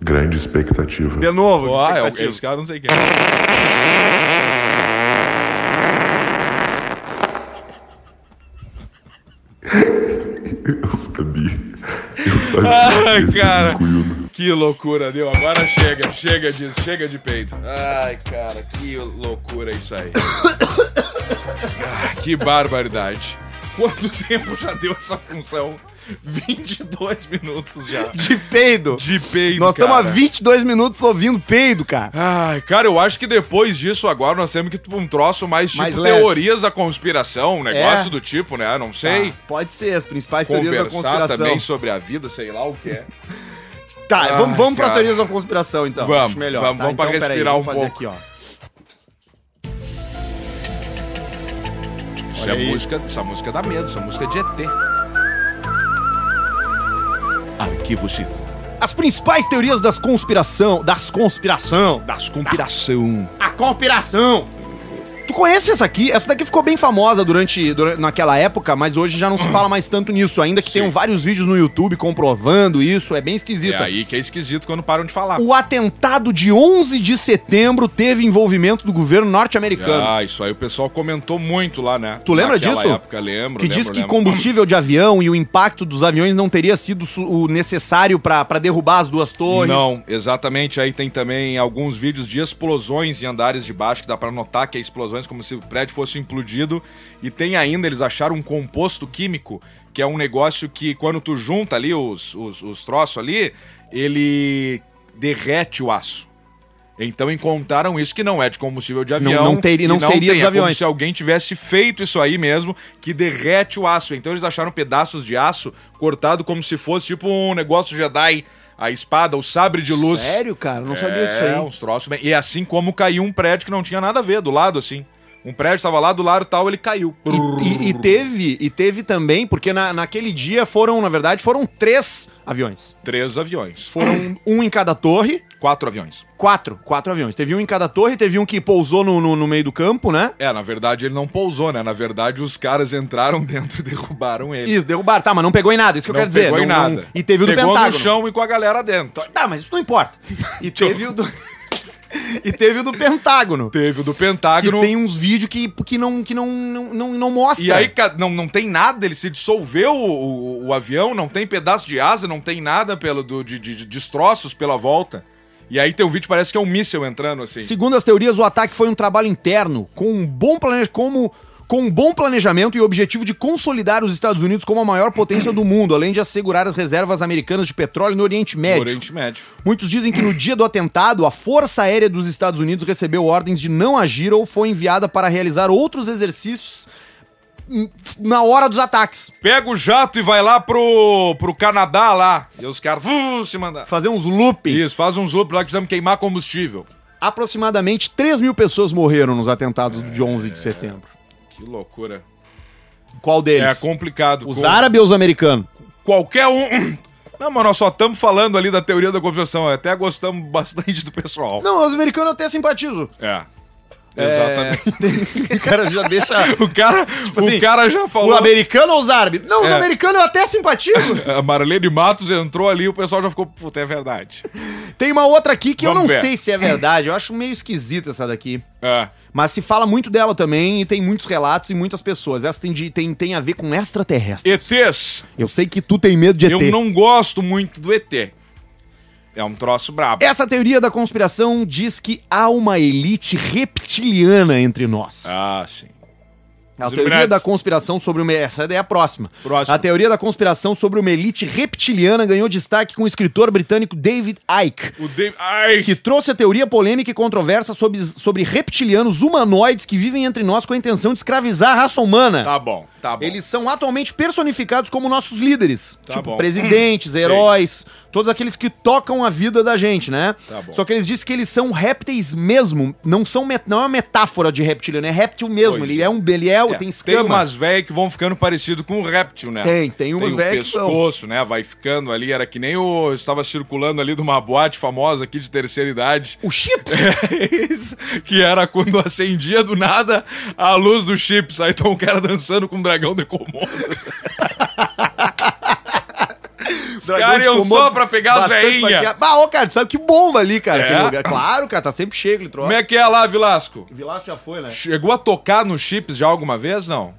E: Grande expectativa.
A: De novo.
B: Ah, é, o-
A: expectativa.
B: esse cara não sei quem. é.
E: Eu sabia. Eu sabia. um
B: Ai,
E: Esse
B: Ah, cara.
E: tranquilo.
B: Que loucura, deu. Agora chega, chega disso, chega de peito. Ai, cara, que loucura isso aí. Ah, que barbaridade. Quanto tempo já deu essa função? 22 minutos já.
A: De peido.
B: De peido,
A: Nós estamos há
B: cara.
A: 22 minutos ouvindo peido, cara.
B: Ai, cara, eu acho que depois disso agora nós temos que ir pra um troço mais tipo
A: Mais leve.
B: teorias da conspiração, um negócio
A: É.
B: do tipo, né? Não sei.
A: Tá, pode ser, as principais teorias da
B: Conversar
A: conspiração.
B: também sobre a vida, sei lá o que é.
A: Tá,
B: Ai,
A: vamos, vamos pras
B: cara.
A: teorias da conspiração, então.
B: Vamos, vamos,
A: tá?
B: vamos pra
A: peraí,
B: respirar
A: vamos
B: um
A: fazer
B: pouco.
A: Aqui, ó.
B: Isso
A: Olha
B: é
A: aí.
B: música, essa música dá medo, essa música é de ET. Arquivo X.
A: As principais teorias das conspiração... Das conspiração.
B: Das conspiração.
A: A conspiração. Tu conhece essa aqui? Essa daqui ficou bem famosa durante, dura- naquela época, mas hoje já não se fala mais tanto nisso, ainda que tenham vários vídeos no YouTube comprovando isso, é bem
B: E
A: esquisito.
B: aí que é esquisito quando param de falar.
A: O atentado de 11 de setembro teve envolvimento do governo norte-americano.
B: Ah, isso aí o pessoal comentou muito lá, né?
A: Tu lembra
B: Naquela
A: disso?
B: época, lembro,
A: que
B: lembro,
A: diz que
B: lembro.
A: combustível de avião e o impacto dos aviões não teria sido su- o necessário pra pra derrubar as duas torres.
B: Não, exatamente. Aí tem também alguns vídeos de explosões em andares de baixo, que dá pra notar que é explosões como se o prédio fosse implodido. E tem ainda, eles acharam um composto químico, que é um negócio que quando tu junta ali os, os, os troços ali, ele derrete o aço. Então encontraram isso que não é de combustível de avião.
A: não teria- não
B: e
A: seria
B: tem, é
A: dos
B: como
A: aviões.
B: se alguém tivesse feito isso aí mesmo, que derrete o aço. Então eles acharam pedaços de aço cortado como se fosse tipo um negócio Jedi, a espada, o sabre de luz.
A: Sério, cara? Não sabia
B: é,
A: disso aí.
B: uns troços bem... E assim como caiu um prédio que não tinha nada a ver, do lado assim. Um prédio estava lá do lado tal, ele caiu.
A: E,
B: um
A: e- e teve, e teve também, porque na- naquele dia foram, na verdade, foram três aviões.
B: Três aviões.
A: Foram um em cada torre,
B: Quatro aviões.
A: quatro, quatro aviões. Teve um em cada torre, teve um que pousou no, no- no meio do campo, né?
B: É, na verdade ele não pousou, né? Na verdade os caras entraram *laughs* dentro e derrubaram ele.
A: Isso, derrubaram, tá, mas não pegou em nada, isso que eu quero dizer.
B: Pegou em
A: Não- não-
B: nada.
A: e teve o do
B: pegou
A: Pentágono.
B: no chão e com a galera dentro.
A: Tá, mas isso não importa. *laughs* E teve o do... e teve o do Pentágono.
B: Teve o do
A: que
B: Pentágono.
A: tem uns vídeos que, que, não, que não, não, não, não mostra.
B: E aí ca- não, não tem nada, ele se dissolveu o, o- o avião, não tem pedaço de asa, não tem nada pelo, do, de, de- de destroços pela volta. E aí tem um vídeo, parece que é um míssel entrando assim.
A: Segundo as teorias, o ataque foi um trabalho interno, com um bom planejamento, como Com um bom planejamento e objetivo de consolidar os Estados Unidos como a maior potência do mundo, além de assegurar as reservas americanas de petróleo no Oriente Médio.
B: Oriente Médio.
A: Muitos dizem que no dia do atentado, a Força Aérea dos Estados Unidos recebeu ordens de não agir ou foi enviada para realizar outros exercícios hum, na hora dos ataques.
B: Pega o jato e vai lá pro, pro Canadá lá. E os caras uh, se mandar.
A: Fazer uns looping.
B: Isso, faz uns up lá que precisamos queimar combustível.
A: Aproximadamente 3 mil pessoas morreram nos atentados
B: É.
A: de 11 de setembro.
B: Que loucura.
A: Qual
B: É
A: deles?
B: complicado.
A: Os
B: Com-
A: árabes ou os americanos?
B: Qualquer um. *clears throat* Não, mas nós só estamos falando ali da teoria da conspiração. Até gostamos bastante do pessoal.
A: Não, os americanos eu até simpatizo.
B: É.
A: É,
B: Exatamente.
A: *laughs* o cara já deixa.
B: O cara, o
A: assim,
B: cara já *laughs*
A: O
B: falou.
A: americano ou os árabes? Não, os
B: É.
A: americanos eu até
B: *laughs*
A: simpatizo.
B: A Marlene Matos entrou ali e o pessoal já ficou, puta, é verdade.
A: Tem uma outra aqui que eu
B: Vamos
A: não
B: ver.
A: sei se é verdade. Eu acho meio esquisita essa daqui.
B: É.
A: Mas se fala muito dela também e tem muitos relatos e muitas pessoas. Essa tem, de- tem, tem a ver com extraterrestre.
B: ETs,
A: Eu sei que tu tem medo de ET.
B: eu não gosto muito do ET. É um troço brabo.
A: Essa teoria da conspiração diz que há uma elite reptiliana entre nós.
B: Ah, sim.
A: A
B: Os
A: teoria
B: Illuminati.
A: da conspiração sobre uma. Essa é a próxima.
B: Próximo.
A: A teoria da conspiração sobre uma elite reptiliana ganhou destaque com o escritor britânico David Icke,
B: O Dave. Ai,
A: que trouxe a teoria polêmica e controversa sobre, sobre reptilianos humanoides que vivem entre nós com a intenção de escravizar a raça humana.
B: Tá bom, tá bom.
A: Eles são atualmente personificados como nossos líderes.
B: Tá
A: tipo,
B: bom.
A: presidentes, heróis, todos aqueles que tocam a vida da gente, né?
B: Tá bom.
A: Só que eles dizem que eles são répteis mesmo, não são met- não é uma metáfora de reptiliano, é réptil mesmo.
B: Pois
A: ele
B: é.
A: é um beliel, tem escama.
B: umas velhas que vão ficando parecido com o réptil, né?
A: Tem, tem umas
B: o
A: véias que são.
B: pescoço, né? Vai ficando ali, era que nem o... Estava circulando ali de uma boate famosa aqui de terceira idade.
A: O
B: *laughs*
A: chips?
B: que era quando acendia do nada a luz do chips. Aí então o cara dançando com um dragão de Komodo.
A: Dragão
B: caras
A: de
B: iam
A: Komodo,
B: só pra pegar as
A: bastante
B: veinha.
A: vaqueira. Bah, Ah, ô, cara, tu sabe que bomba ali, cara.
B: É?
A: aquele lugar. Claro, cara, tá sempre cheio aquele troço.
B: Como é que é lá, Vilasco?
A: Vilaço já foi, né?
B: Chegou a tocar no chips já alguma vez, não?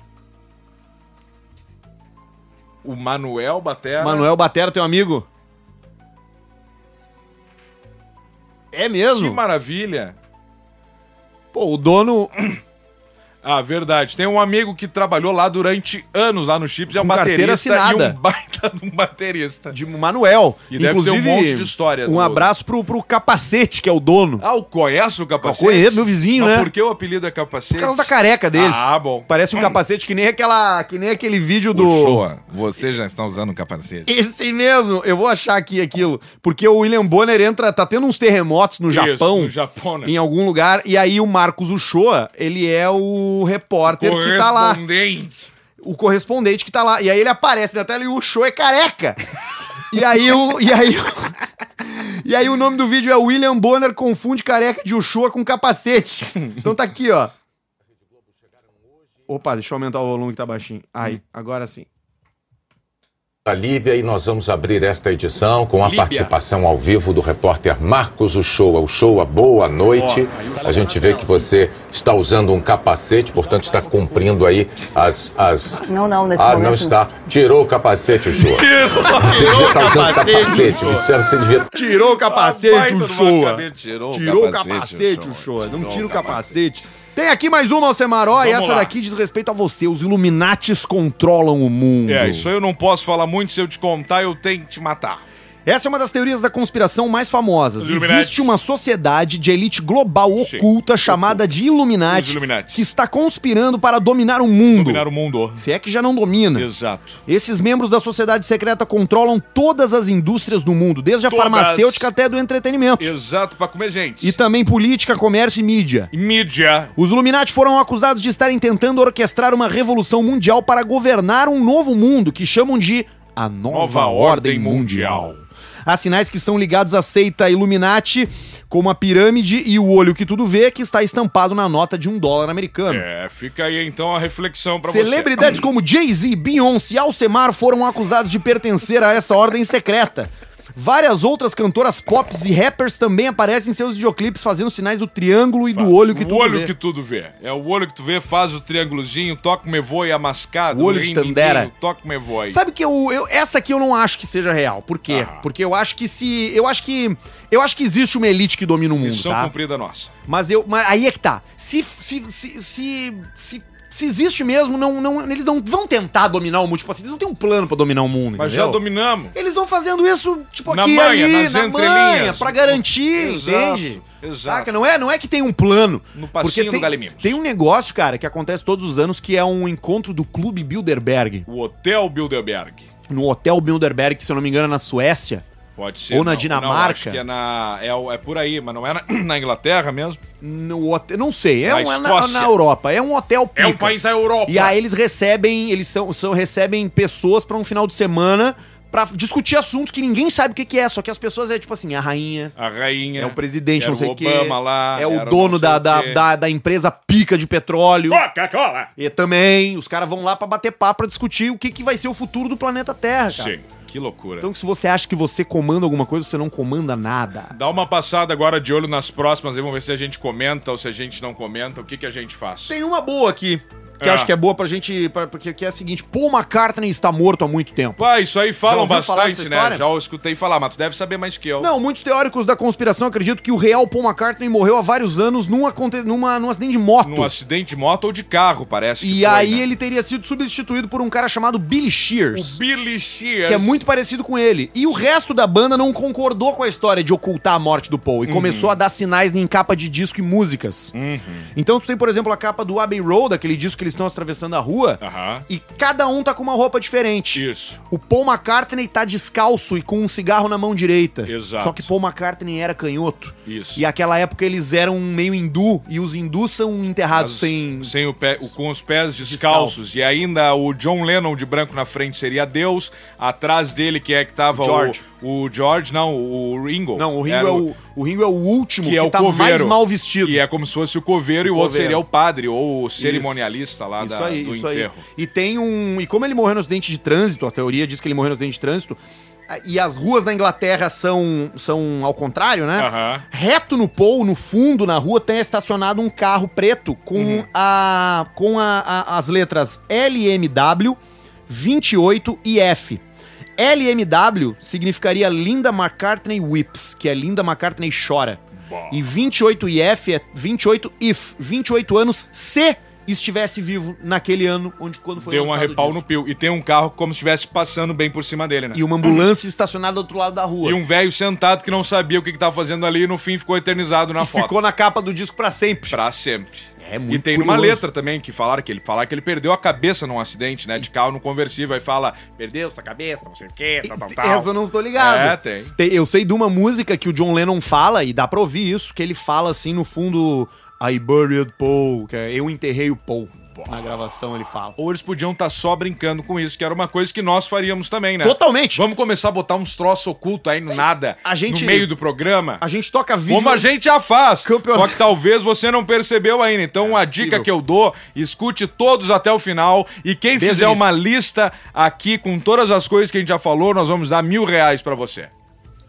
B: O Manuel Batera.
A: Manuel Batera, teu amigo. É
B: Que
A: mesmo?
B: maravilha.
A: Pô, o dono,
B: Ah, verdade. Tem um amigo que trabalhou lá durante anos lá no Chips, é um
A: Com carteira
B: baterista e um
A: assinada.
B: baita de um baterista.
A: de Manuel.
B: E deve ter um monte de história
A: Um
B: do-
A: abraço pro, pro capacete, que é o dono.
B: Ah, o conhece o capacete?
A: conheço, meu vizinho,
B: Mas
A: né?
B: por que o apelido é capacete?
A: Por causa da careca dele.
B: Ah, bom.
A: Parece um capacete que nem aquela. que nem aquele vídeo do.
B: Uchoa, você já está usando capacete.
A: Esse mesmo, eu vou achar aqui aquilo. Porque o William Bonner entra. Tá tendo uns terremotos no Japão.
B: no Japão, né?
A: Em algum lugar, e aí o Marcos Uchoa, ele é o repórter que tá lá.
B: Correspondente.
A: o correspondente que tá lá. E aí ele aparece na tela e o show é careca. *laughs* e aí o. *laughs* E aí, o- e aí o nome do vídeo é William Bonner confunde careca de Uchoa com capacete. Então tá aqui, ó. Opa, deixa eu aumentar o volume que tá baixinho.
B: Hum.
A: Aí, agora sim.
F: A Líbia e nós vamos abrir esta edição com a
B: Líbia.
F: participação ao vivo do repórter Marcos Uchoa. Uchoa, boa noite.
B: Ó, aí o
F: a gente
G: tá
F: vê que você está usando um capacete, portanto está cumprindo aí as... as...
H: Não, não, né? nesse
F: ah,
H: momento.
F: não está. Tirou o capacete,
G: *laughs*
F: Uchoa. Você devia estar usando
A: capacete,
F: capacete. Me disseram que você devia...
A: Tirou o
B: Tá
A: capacete, o show.
B: Tirou,
A: Tirou o capacete, o show. Não
B: Tirou
A: tira o capacete. Tem aqui mais uma, Alcemaró, e
B: Vamos
A: essa
B: lá.
A: daqui diz respeito a você. Os Illuminates controlam o mundo.
B: É, isso aí eu não posso falar muito, se eu te contar eu tenho que te matar.
A: Essa é uma das teorias da conspiração mais famosas.
B: Os Illuminati.
A: Existe uma sociedade de elite global
B: Sim.
A: oculta chamada de
B: Os
A: Illuminati,
B: Illuminati.
A: que está conspirando para dominar o mundo.
B: Dominar o mundo.
A: Se é que já não domina.
B: Exato.
A: Esses membros da sociedade secreta controlam todas as indústrias do mundo, desde a
B: Todas.
A: farmacêutica até do entretenimento.
B: Exato, pra comer gente.
A: E tá- também política, comércio e mídia.
B: E mídia.
A: Os Illuminati foram acusados de estarem tentando orquestrar uma revolução mundial para governar um novo mundo que chamam de a Nova,
B: Nova
A: Ordem,
B: Ordem
A: mundial.
B: Mundial.
A: Há sinais que são ligados à seita Illuminati, como a pirâmide e o olho que tudo vê, que está estampado na nota de um dólar americano.
B: É, fica aí então a reflexão pra
A: Celebridades como Jay-Z, Beyoncé e Alcemar foram acusados de pertencer a essa ordem secreta. Várias outras cantoras pop e rappers também aparecem em seus videoclipes fazendo sinais do triângulo e
B: você.
A: do olho que
B: o
A: tudo
B: olho
A: vê.
B: que tudo vê. É o olho que tu vê, faz o triângulozinho, toca o mevô e a mascada.
A: O olho de
B: rim, rim,
A: Tandera.
B: rim, Toca o mevô aí.
A: Sabe que eu, eu- essa aqui eu não acho que seja real. Por quê?
B: Ah.
A: Porque eu acho que se eu acho que eu acho que existe uma elite que
B: é um
A: domina o mundo,
B: Missão
A: tá?
B: cumprida nossa.
A: Mas eu. Mas aí é que tá. Se. Se. Se. se, se se existe mesmo, não, não, eles não vão tentar dominar o mundo. Tipo assim, eles não têm um plano pra dominar o mundo,
B: Mas já
A: entendeu?
B: dominamos.
A: Eles vão fazendo isso, tipo,
B: Na
A: aqui e
B: manha,
A: ali,
B: nas
A: na
B: entrelinhas.
A: manha, pra garantir,
B: Exato,
A: entende?
B: exato.
A: Saca? Não é, não é que tem um plano.
B: No passinho
A: porque
B: do
A: tem,
B: Galimimos.
A: Tem um negócio, cara, que acontece todos os anos, que é um encontro do Clube Bilderberg,
B: O Hotel Bilderberg.
A: no Hotel Bilderberg, que, se eu não me engano, é na Suécia.
B: Pode ser.
A: Ou na
B: não.
A: Dinamarca.
B: Não, acho que é, na, é, o- é por aí, mas não é na, *clears throat* na Inglaterra mesmo.
A: No hotel, não sei, é
B: Na
A: um- é na,
B: Escócia.
A: na Europa, é um hotel pica.
B: É um país da Europa.
A: E aí eles recebem, eles são, são recebem pessoas pra um final de semana pra discutir assuntos que ninguém sabe o que, que é, só que as pessoas é tipo assim, a rainha,
B: A rainha.
A: é o presidente, não
B: era
A: sei
B: o
A: o quê,
B: Obama lá,
A: é o
B: era o
A: dono
B: não sei
A: da,
B: o
A: da,
B: quê.
A: da, da empresa pica de petróleo.
B: Coca-Cola!
A: E também, os caras vão lá pra bater papo, pra discutir o que, que vai ser o futuro do planeta Terra, cara.
B: Sim, que loucura.
A: Então se você acha que você comanda alguma coisa, você não comanda nada.
B: Dá uma passada agora de olho nas próximas aí, vamos ver se a gente comenta ou se a gente não comenta, o que, que a gente faz.
A: Tem uma boa aqui, que
B: É.
A: eu acho que é boa pra gente, pra, porque que é a seguinte, Paul McCartney está morto há muito tempo.
B: Pá, isso aí
A: Já
B: falam
A: ouviu falar
B: bastante,
A: dessa
B: né?
A: história?
B: Já eu escutei falar, mas tu deve saber mais que eu.
A: Não, muitos teóricos da conspiração acreditam que o real Paul McCartney morreu há vários anos num, aconte... numa, num acidente de moto.
B: Num acidente de moto ou de carro, parece que
A: e
B: foi,
A: aí
B: né?
A: ele teria sido substituído por um cara chamado Billy
B: O
A: Shears,
B: Billy Shears.
A: que é muito parecido com ele. E o resto da banda não concordou com a história de ocultar a morte do
B: Uhum.
A: Paul e começou a dar sinais em capa de disco e músicas. Então tu tem, por exemplo, a capa do Abbey Road, aquele disco que eles estão atravessando a rua,
B: Aham.
A: e cada um tá com uma roupa diferente.
B: Isso.
A: O Paul McCartney tá descalço e com um cigarro na mão direita.
B: Exato.
A: Só que Paul McCartney era canhoto.
B: Isso.
A: E aquela época eles eram um meio hindu e os hindus são enterrados
B: As-
A: sem.
B: sem o pé, o- com os pés descalços.
A: Descalços.
B: E ainda o John Lennon de branco na frente seria Deus. Atrás dele, que é que tava
A: George.
B: o. O George, não, o Ringo.
A: Não, o Ringo,
B: Era
A: é o, o Ringo é o último
B: que é o
A: tá
B: coveiro.
A: mais mal vestido.
B: E é como se fosse o coveiro e o outro
A: coveiro.
B: seria o padre ou o cerimonialista lá
A: isso
B: da,
A: aí,
B: do
A: isso
B: enterro.
A: aí. E tem um. E como ele morreu no acidente de trânsito, a teoria diz que ele morreu no acidente de trânsito, a- e as ruas na Inglaterra são, são ao contrário, né?
B: Aham.
A: Reto no Pou, no fundo, na rua, tem estacionado um carro preto com,
B: Uhum.
A: a, com a- a- as letras LMW, 28 e F. LMW significaria Linda McCartney Whips, que é Linda McCartney Chora. E 28 e F é 28 if, 28 anos se estivesse vivo naquele ano onde quando foi
B: Deu uma
A: lançado o
B: repau
A: disco.
B: no pio. E tem um carro como se estivesse passando bem por cima dele, né?
A: E uma ambulância estacionada do outro lado da rua.
B: E um velho sentado que não sabia o que, que tava fazendo ali e no fim ficou eternizado na
A: E
B: foto.
A: ficou na capa do disco pra sempre.
B: Pra sempre.
A: É muito
B: E tem numa
A: curioso.
B: letra também que falaram que ele falaram que ele perdeu a cabeça num acidente, né? De carro no conversível. Aí fala, perdeu sua cabeça, não sei o quê, tal, tal, tal.
A: Essa eu não tô ligado.
B: tá, É, tem.
A: Eu sei de uma música que o John Lennon fala, e dá pra ouvir isso, que ele fala assim no fundo: I buried Paul, que é eu enterrei o Paul. Na gravação ele fala.
B: Ou eles podiam estar só brincando com isso, que era uma coisa que nós faríamos também, né?
A: Totalmente.
B: Vamos começar a botar uns troços ocultos aí no nada,
A: A gente-
B: no meio do programa.
A: A gente toca vídeo.
B: Como a gente já faz.
A: Campeonato. É
B: Só que talvez você não percebeu ainda. Então a
A: possível.
B: dica que eu dou, escute todos até o final. E quem
A: Desde
B: fizer
A: o início.
B: uma lista aqui com todas as coisas que a gente já falou, nós vamos dar mil reais pra você.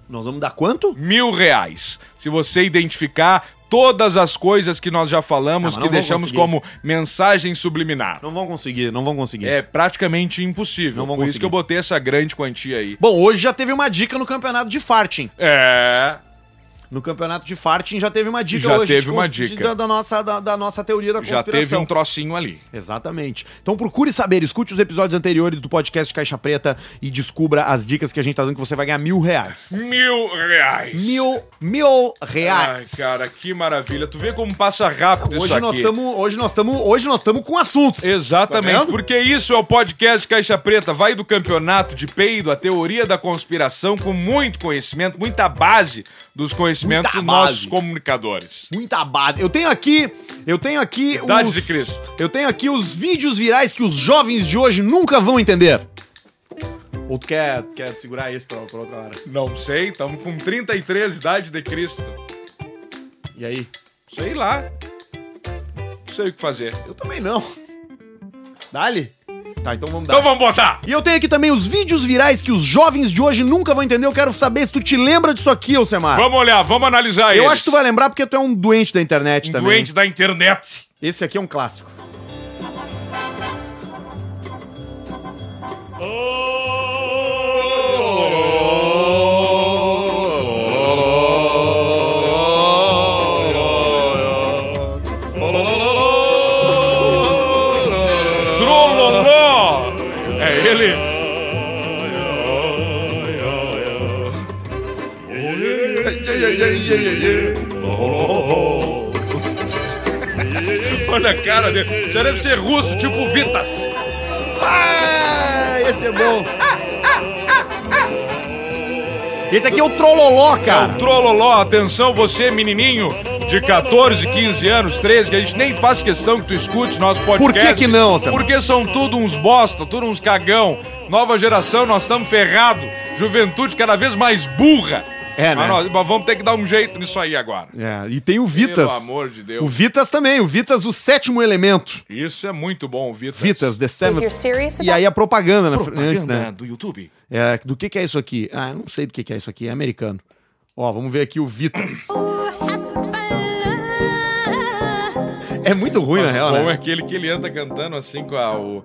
A: Nós vamos dar quanto?
B: Mil reais. Se você identificar todas as coisas que nós já falamos,
A: Não, Ah, mas
B: que
A: não vou
B: deixamos
A: conseguir.
B: como mensagem subliminar.
A: Não vão conseguir, não vão conseguir.
B: É praticamente impossível.
A: Não
B: Por
A: vou
B: isso
A: conseguir.
B: que eu botei essa grande quantia aí.
A: Bom, hoje já teve uma dica no campeonato de farting.
B: É.
A: No campeonato de farting já teve uma dica
B: Já
A: hoje.
B: teve
A: de
B: uma
A: cons- de-
B: dica.
A: Da, da nossa, da, da nossa teoria da
B: Já
A: conspiração.
B: teve um trocinho ali.
A: Exatamente. Então procure saber, escute os episódios anteriores do podcast Caixa Preta e descubra as dicas que a gente tá dando que você vai ganhar mil reais.
B: Mil reais.
A: Mil, mil
B: Ai,
A: reais.
B: cara, que maravilha. Tu vê como passa rápido isso
A: Hoje
B: aqui.
A: nós estamos, hoje nós estamos, hoje nós estamos com assuntos.
B: Exatamente,
A: Tá vendo?
B: porque isso é o podcast Caixa Preta. Vai do campeonato de peido à teoria da conspiração com muito conhecimento, muita base dos conhecimentos
A: Muita
B: dos nossos
A: base.
B: comunicadores.
A: Muita base. Eu tenho aqui, eu tenho aqui
B: Idade de Cristo.
A: Eu tenho aqui os vídeos virais que os jovens de hoje nunca vão entender. Ou tu quer, quer segurar esse pra, pra outra hora?
B: Não sei, estamos com 33 idade de Cristo.
A: E aí?
B: Sei lá. Não sei o que fazer.
A: Eu também não. Dá-lhe? Tá, então vamos dar.
B: Então vamos botar.
A: E eu tenho aqui também os vídeos virais que os jovens de hoje nunca vão entender. Eu quero saber se tu te lembra disso aqui, ô Semar.
B: Vamos olhar, vamos analisar
A: Eu
B: eles.
A: acho que tu vai lembrar porque tu é um doente da internet
B: Um
A: também.
B: doente da internet.
A: Esse aqui é um clássico.
B: É Olha a cara dele. Isso aí deve ser russo, tipo Vitas.
A: Ah, esse é bom. Esse aqui é o Trololó, cara.
B: Trololó, atenção você, menininho de 14, 15 anos, 13, que a gente nem faz questão que tu escute nosso podcast.
A: Por que que não, Samuel?
B: Porque são tudo uns bosta, tudo uns cagão. Nova geração, nós estamos ferrados. Juventude cada vez mais burra.
A: É, né?
B: Mas, nós- mas vamos ter que dar um jeito nisso aí agora.
A: É, e tem o Vitas.
B: Pelo amor de Deus.
A: O Vitas também, o Vitas, o sétimo elemento.
B: Isso é muito bom, Vitas.
A: Vitas, The Seventh. E aí a propaganda, na fr- antes, né?
B: do YouTube.
A: É, do que, que é isso aqui? Ah, eu não sei do que, que é isso aqui, é americano. Ó, vamos ver aqui o
B: *coughs*
A: Vitas. É muito ruim, na
B: Mas
A: real,
B: bom é
A: né?
B: aquele que ele anda cantando assim com a- o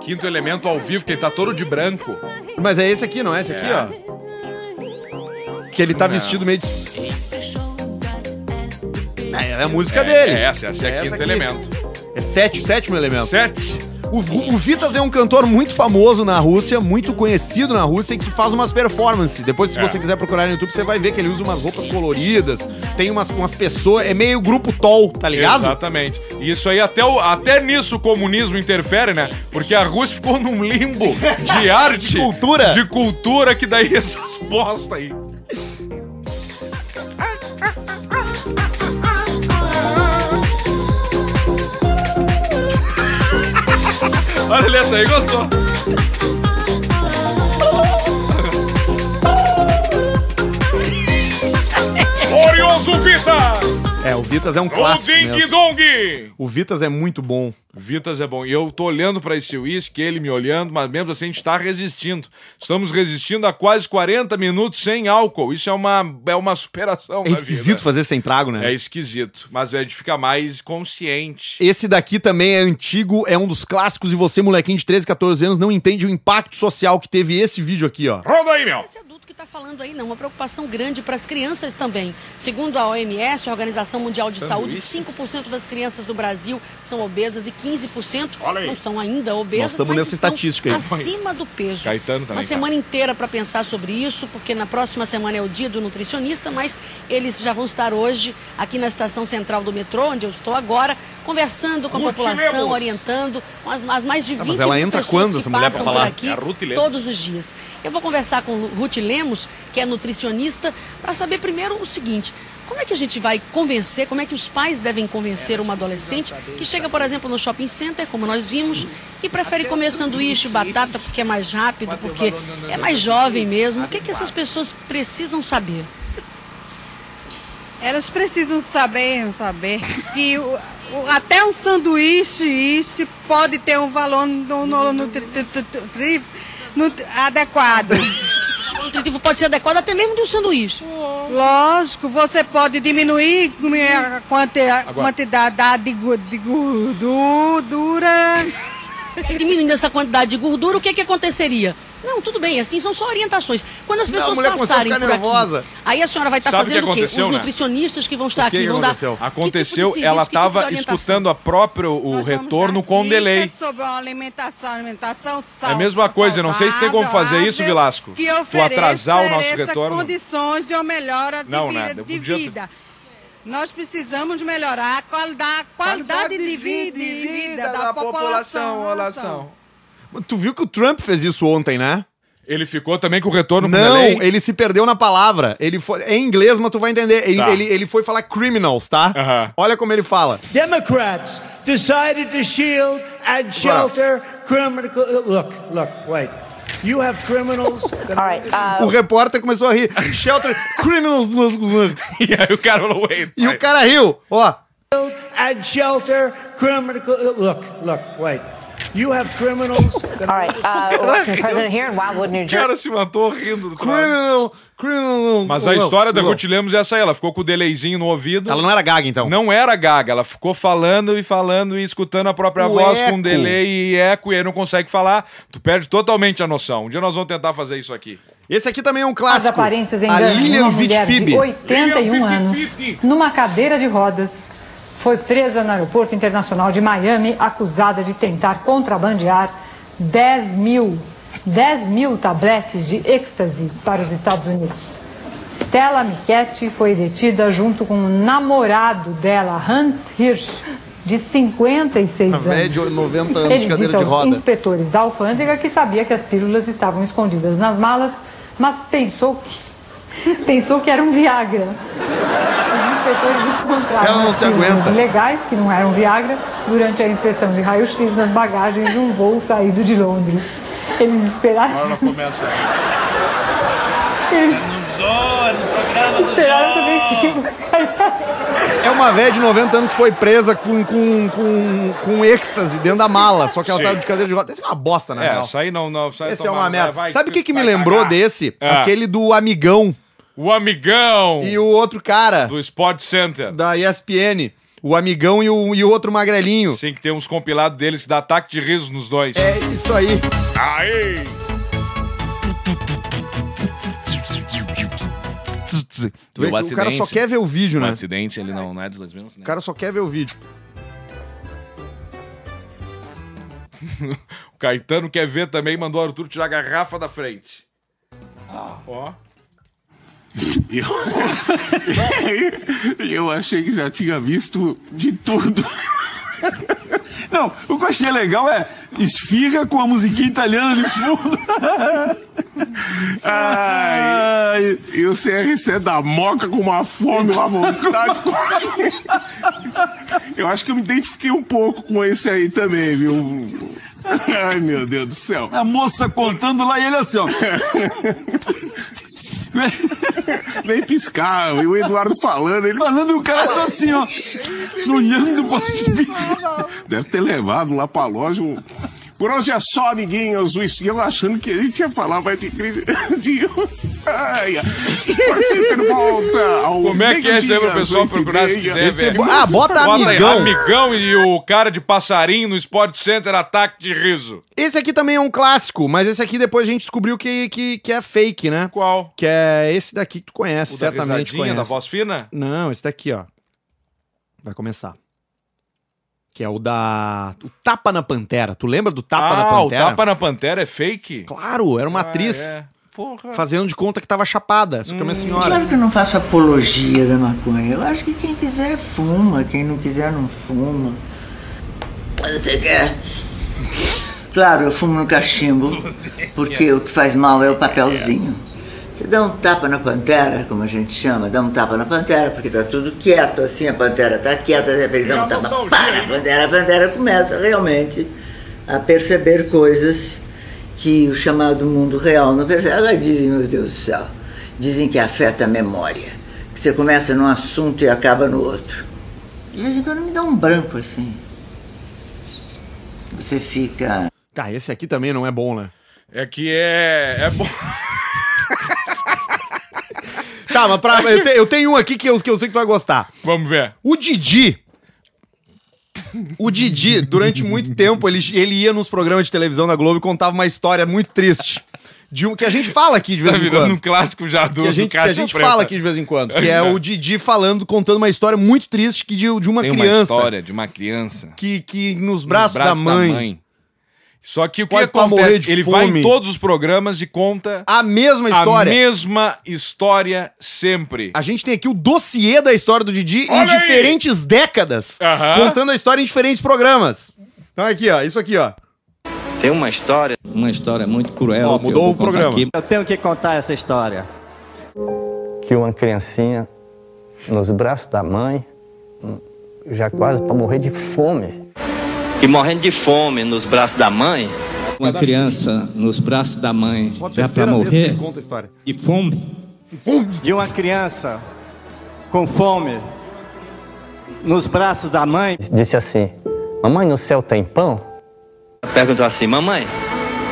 B: quinto elemento ao vivo, que ele tá todo de branco.
A: Mas é esse aqui, não é esse aqui,
B: É.
A: ó. Que ele tá vestido meio de... É, é a música dele.
B: É essa, essa é, quinto
A: aqui.
B: elemento.
A: É sete, sétimo elemento.
B: Sete.
A: O, o- o Vitas é um cantor muito famoso na Rússia, muito conhecido na Rússia e que faz umas performances. Depois, se
B: É.
A: você quiser procurar no YouTube, você vai ver que ele usa umas roupas coloridas, tem umas, umas pessoas. É meio grupo Tol, tá ligado?
B: Exatamente. E isso aí, até, o- até nisso o comunismo interfere, né? Porque a Rússia ficou num limbo
A: *laughs*
B: de arte. de
A: cultura.
B: De cultura, que daí essas *laughs* bosta aí. Olha é essa aí, gostou? *laughs* Glorioso Vita!
A: É, o Vitas é um
B: O
A: clássico.
B: Ding
A: Mesmo.
B: Dong!
A: O Vitas é muito bom.
B: Vitas é bom. E eu tô olhando pra esse uísque, ele me olhando, mas mesmo assim a gente tá resistindo. Estamos resistindo a quase 40 minutos sem álcool. Isso é uma, é uma superação
A: É
B: na
A: esquisito
B: vida.
A: fazer sem trago, né?
B: É esquisito, mas a gente fica mais consciente.
A: Esse daqui também é antigo, é um dos clássicos e você, molequinho de 13, 14 anos, não entende o impacto social que teve esse vídeo aqui, ó.
B: Roda aí, meu!
H: Esse adulto que está falando aí, não, uma preocupação grande para as crianças também. Segundo a OMS, a Organização Mundial de
B: Sanduíche?
H: Saúde, 5% das crianças do Brasil são obesas e 15%
B: Olha aí.
H: não são ainda obesas,
A: Nós estamos
H: mas
A: nessa
H: estão
A: estatística aí.
H: acima do peso.
B: Caetano também, tá.
H: Uma semana inteira para pensar sobre isso, porque na próxima semana é o dia do nutricionista, mas eles já vão estar hoje aqui na estação central do metrô, onde eu estou agora, conversando com a
B: Ultimemos.
H: população, orientando com as, as mais de 20
A: Ah, mas ela entra
H: um pessoas
A: quando,
H: que
A: essa mulher, pra
H: passam
A: falar?
H: por aqui
B: É a Ruth Lemos.
H: todos todos os dias. Eu vou conversar com Lu- Ruth Lemos, que é nutricionista, para saber primeiro o seguinte: como é que a gente vai convencer, como é que os pais devem convencer uma adolescente que chega, por exemplo, no shopping center, como nós vimos, e prefere comer sanduíche, batata, porque é mais rápido, porque
B: né,
H: é mais jovem mesmo? O que, que essas pessoas precisam saber?
I: Elas precisam saber, saber que o- o- até um sanduíche isso pode ter um valor no, no- nutri- tu- tu- tu- tri- nut- adequado.
H: O nutritivo pode ser adequado até mesmo de um sanduíche.
I: Lógico, você pode diminuir a quanti- a quantidade de gu- de gordura.
H: E aí, diminuindo essa quantidade de gordura, o que, que aconteceria? Não, tudo bem, assim são só orientações. Quando as
A: Não, a
H: pessoas
A: mulher começou a
H: passarem
A: ficar
H: por
A: nervosa.
H: aqui, aí a senhora vai estar
B: Sabe o que
H: fazendo o quê? Os
B: aconteceu, né?
H: nutricionistas que vão estar
A: que
H: aqui
A: que
H: vão dar.
A: aconteceu?
H: Que
B: Aconteceu,
H: tipo de
B: ela
H: serviço, que tipo
B: tava
H: de orientação?
B: escutando a própria, o
I: Nós vamos
B: retorno
I: dar
B: com
I: dicas
B: delay.
I: sobre a alimentação, alimentação
B: É
I: sal,
B: a mesma coisa, não sei se tem como fazer isso,
I: saudável,
B: Vilasco.
I: Que
B: Tu
I: ofereça,
B: atrasar o nosso
I: ofereça
B: retorno.
I: condições de uma melhora de
B: Não,
I: vida.
B: nada, um
I: de
B: podia ter-
I: vida. Nós precisamos melhorar a qualidade, qualidade de, vida, de vida da, população.
B: olação.
A: Tu viu que o Trump fez isso ontem, né?
B: Ele ficou também com o retorno com
A: Não,
B: delay?
A: ele se perdeu na palavra. Ele foi. É em inglês, mas tu vai entender. Ele,
B: Tá.
A: ele, ele foi falar criminals, tá?
B: Aham.
A: Olha como ele fala.
J: Democrats decided to shield and shelter criminal. uh, Look, look, wait. You have
K: *laughs*
J: criminals. that are-
K: uh,
A: O repórter começou a rir. Shelter criminals.
B: *laughs* E aí o cara falou, wait.
A: E o cara riu. Ó.
J: and shelter criminal. Look, look, wait. You have criminals. that are-
B: O cara se matou rindo do troço.
A: Criminal. Criminal.
B: Mas a história da Ruth Lemos é essa aí. Ela ficou com o delayzinho no ouvido.
A: Ela não era gaga, então.
B: Não era gaga, ela ficou falando e falando e escutando a própria
A: O
B: voz
A: eco.
B: com delay e eco e aí não consegue falar. Tu perde totalmente a noção. Um dia nós vamos tentar fazer isso aqui.
A: Esse aqui também é um clássico. a
K: enganam
A: Lilian
K: uma mulher
A: Vitfib.
K: de 81 anos, numa cadeira de rodas, foi presa no aeroporto internacional de Miami, acusada de tentar contrabandear 10 mil, 10 mil tabletes de êxtase para os Estados Unidos. Stella Michetti foi detida junto com o namorado dela, Hans Hirsch, de 56
A: A
K: anos.
A: velha de 90 anos de
K: Ele disse
A: cadeira
K: aos
A: de roda.
K: inspetores da alfândega que sabia que as pílulas estavam escondidas nas malas, mas pensou que, pensou que era um Viagra. Os inspetores encontraram
A: Ela não
K: as
A: se
K: pílulas
A: aguenta.
K: legais, que não eram Viagra, durante a inspeção de raio-x nas bagagens de um voo saído de Londres. Eles esperaram,
L: Agora começa.
K: eles
L: Zone, programa do
K: esperaram também que
A: É uma velha de 90 anos que foi presa com, com, com, com êxtase dentro da mala, só que ela
B: Sim.
A: tá de cadeira de roda. Isso é uma bosta, na
B: É,
A: real.
B: isso aí não, não. isso aí
A: Esse é
B: toma-
A: uma merda.
B: vai-
A: Sabe o que, que me
B: vai
A: lembrou
B: cagar.
A: desse?
B: É.
A: Aquele do amigão.
B: O amigão.
A: E o outro cara.
B: Do Sport Center.
A: Da ESPN. O amigão e o, e o outro magrelinho.
B: Sim, que tem uns compilados deles que dá ataque de riso nos dois.
A: É isso aí.
B: Aí!
A: Tu vê
B: E
A: que o cara só quer ver o vídeo,
B: o
A: né?
B: acidente, ele não, não é dos lesbianos,
A: O
B: né?
A: cara só quer ver o vídeo.
B: O Caetano quer ver também, mandou o Arthur tirar a garrafa da frente. Ó.
G: Eu... eu achei que já tinha visto de tudo. Não, o que eu achei legal é esfirra com a musiquinha italiana de fundo. Ai, e o CRC da moca com uma fome, uma vontade. Eu acho que eu me identifiquei um pouco com esse aí também, viu? Ai, meu Deus do céu.
M: A moça contando lá e ele assim, ó.
G: Nem piscaram. E o Eduardo falando, ele
M: Falando e o cara só assim, ó.
G: olhando pra cima. Deve ter levado lá pra loja um. Por hoje é só, amiguinhos. O Esquião achando que a gente ia falar mais de crise. *laughs* De... um. Ai, ai. Participem, volta. ao
B: Como é que é isso aí pro
G: meio-dia,
B: pessoal
G: às oito e
B: procurar se
G: meia.
B: quiser, velho?
A: ah, bota
B: aí,
A: amigão.
B: amigão e o cara de passarinho no Sport Center, ataque de riso.
A: Esse aqui também é um clássico, mas esse aqui depois a gente descobriu que, que, que é fake, né?
B: Qual?
A: Que é esse daqui que tu conhece,
B: O da
A: certamente
B: risadinha,
A: conhece.
B: da voz fina?
A: Não, esse daqui, ó. Vai começar. Que é o da... O Tapa na Pantera. Tu lembra do Tapa na
B: ah, o
A: Pantera?
B: Tapa Ah, é. na Pantera é fake?
A: Claro, era uma atriz
B: Porra.
A: fazendo de conta que tava chapada. Só que é
B: Hum.
A: uma senhora.
N: Claro que eu não faço apologia da maconha. Eu acho que quem quiser fuma, quem não quiser não fuma. Você quer? Claro, eu fumo no cachimbo, porque o que faz mal é o papelzinho. Você dá um tapa na pantera, como a gente chama, dá um tapa na pantera, porque tá tudo quieto, assim a pantera tá quieta, de repente dá um tapa, para, a pantera, a pantera começa realmente a perceber coisas que o chamado mundo real não percebe. Agora dizem, meu Deus do céu, dizem que afeta a memória, que você começa num assunto e acaba no outro. De vez em quando me dá um branco assim. Você fica.
A: Tá, esse aqui também não é bom, né?
B: É que é. É bom. *laughs*
A: Tá,
B: *laughs*
A: mas pra, eu, te- eu tenho um aqui que eu, que eu sei que tu vai gostar.
B: Vamos ver.
A: O Didi. O Didi, durante muito tempo, ele, ele ia nos programas de televisão da Globo e contava uma história muito triste. De um que a gente fala aqui de
B: Tá
A: vez em
B: virando
A: quando.
B: um clássico já do
A: que a
B: do
A: gente, que a
B: Caixa
A: gente
B: Preta.
A: fala aqui de vez em quando. Que é o Didi falando, contando uma história muito triste que de, de uma
B: Tem uma
A: criança.
B: história de uma criança.
A: que, que nos braços,
B: braços
A: da,
B: da
A: mãe,
B: mãe. Só que o que
A: Quase pra morrer
B: acontece?
A: de
B: Ele vai
A: fome.
B: em todos os programas e conta
A: a mesma
B: a
A: história.
B: mesma história sempre.
A: A gente tem aqui o dossiê da história do Didi
B: Olha
A: em
B: aí!
A: diferentes décadas,
B: Aham.
A: contando a história em diferentes programas. Então aqui, ó, isso aqui, ó.
O: Tem uma história, uma história muito cruel.
A: Ó,
O: que
A: mudou
O: eu vou
A: o
O: contar
A: programa.
O: aqui.
P: Eu tenho que contar essa história.
O: Que uma criancinha nos braços da mãe, já quase para morrer de fome. Que morrendo de fome nos braços da mãe. Uma criança nos braços da mãe, já para
A: Terceira vez que
O: morrer
A: ele conta a história.
O: de fome.
P: De uma criança com fome nos braços da mãe.
O: Disse assim: Mamãe, no céu tem pão? Perguntou assim: Mamãe,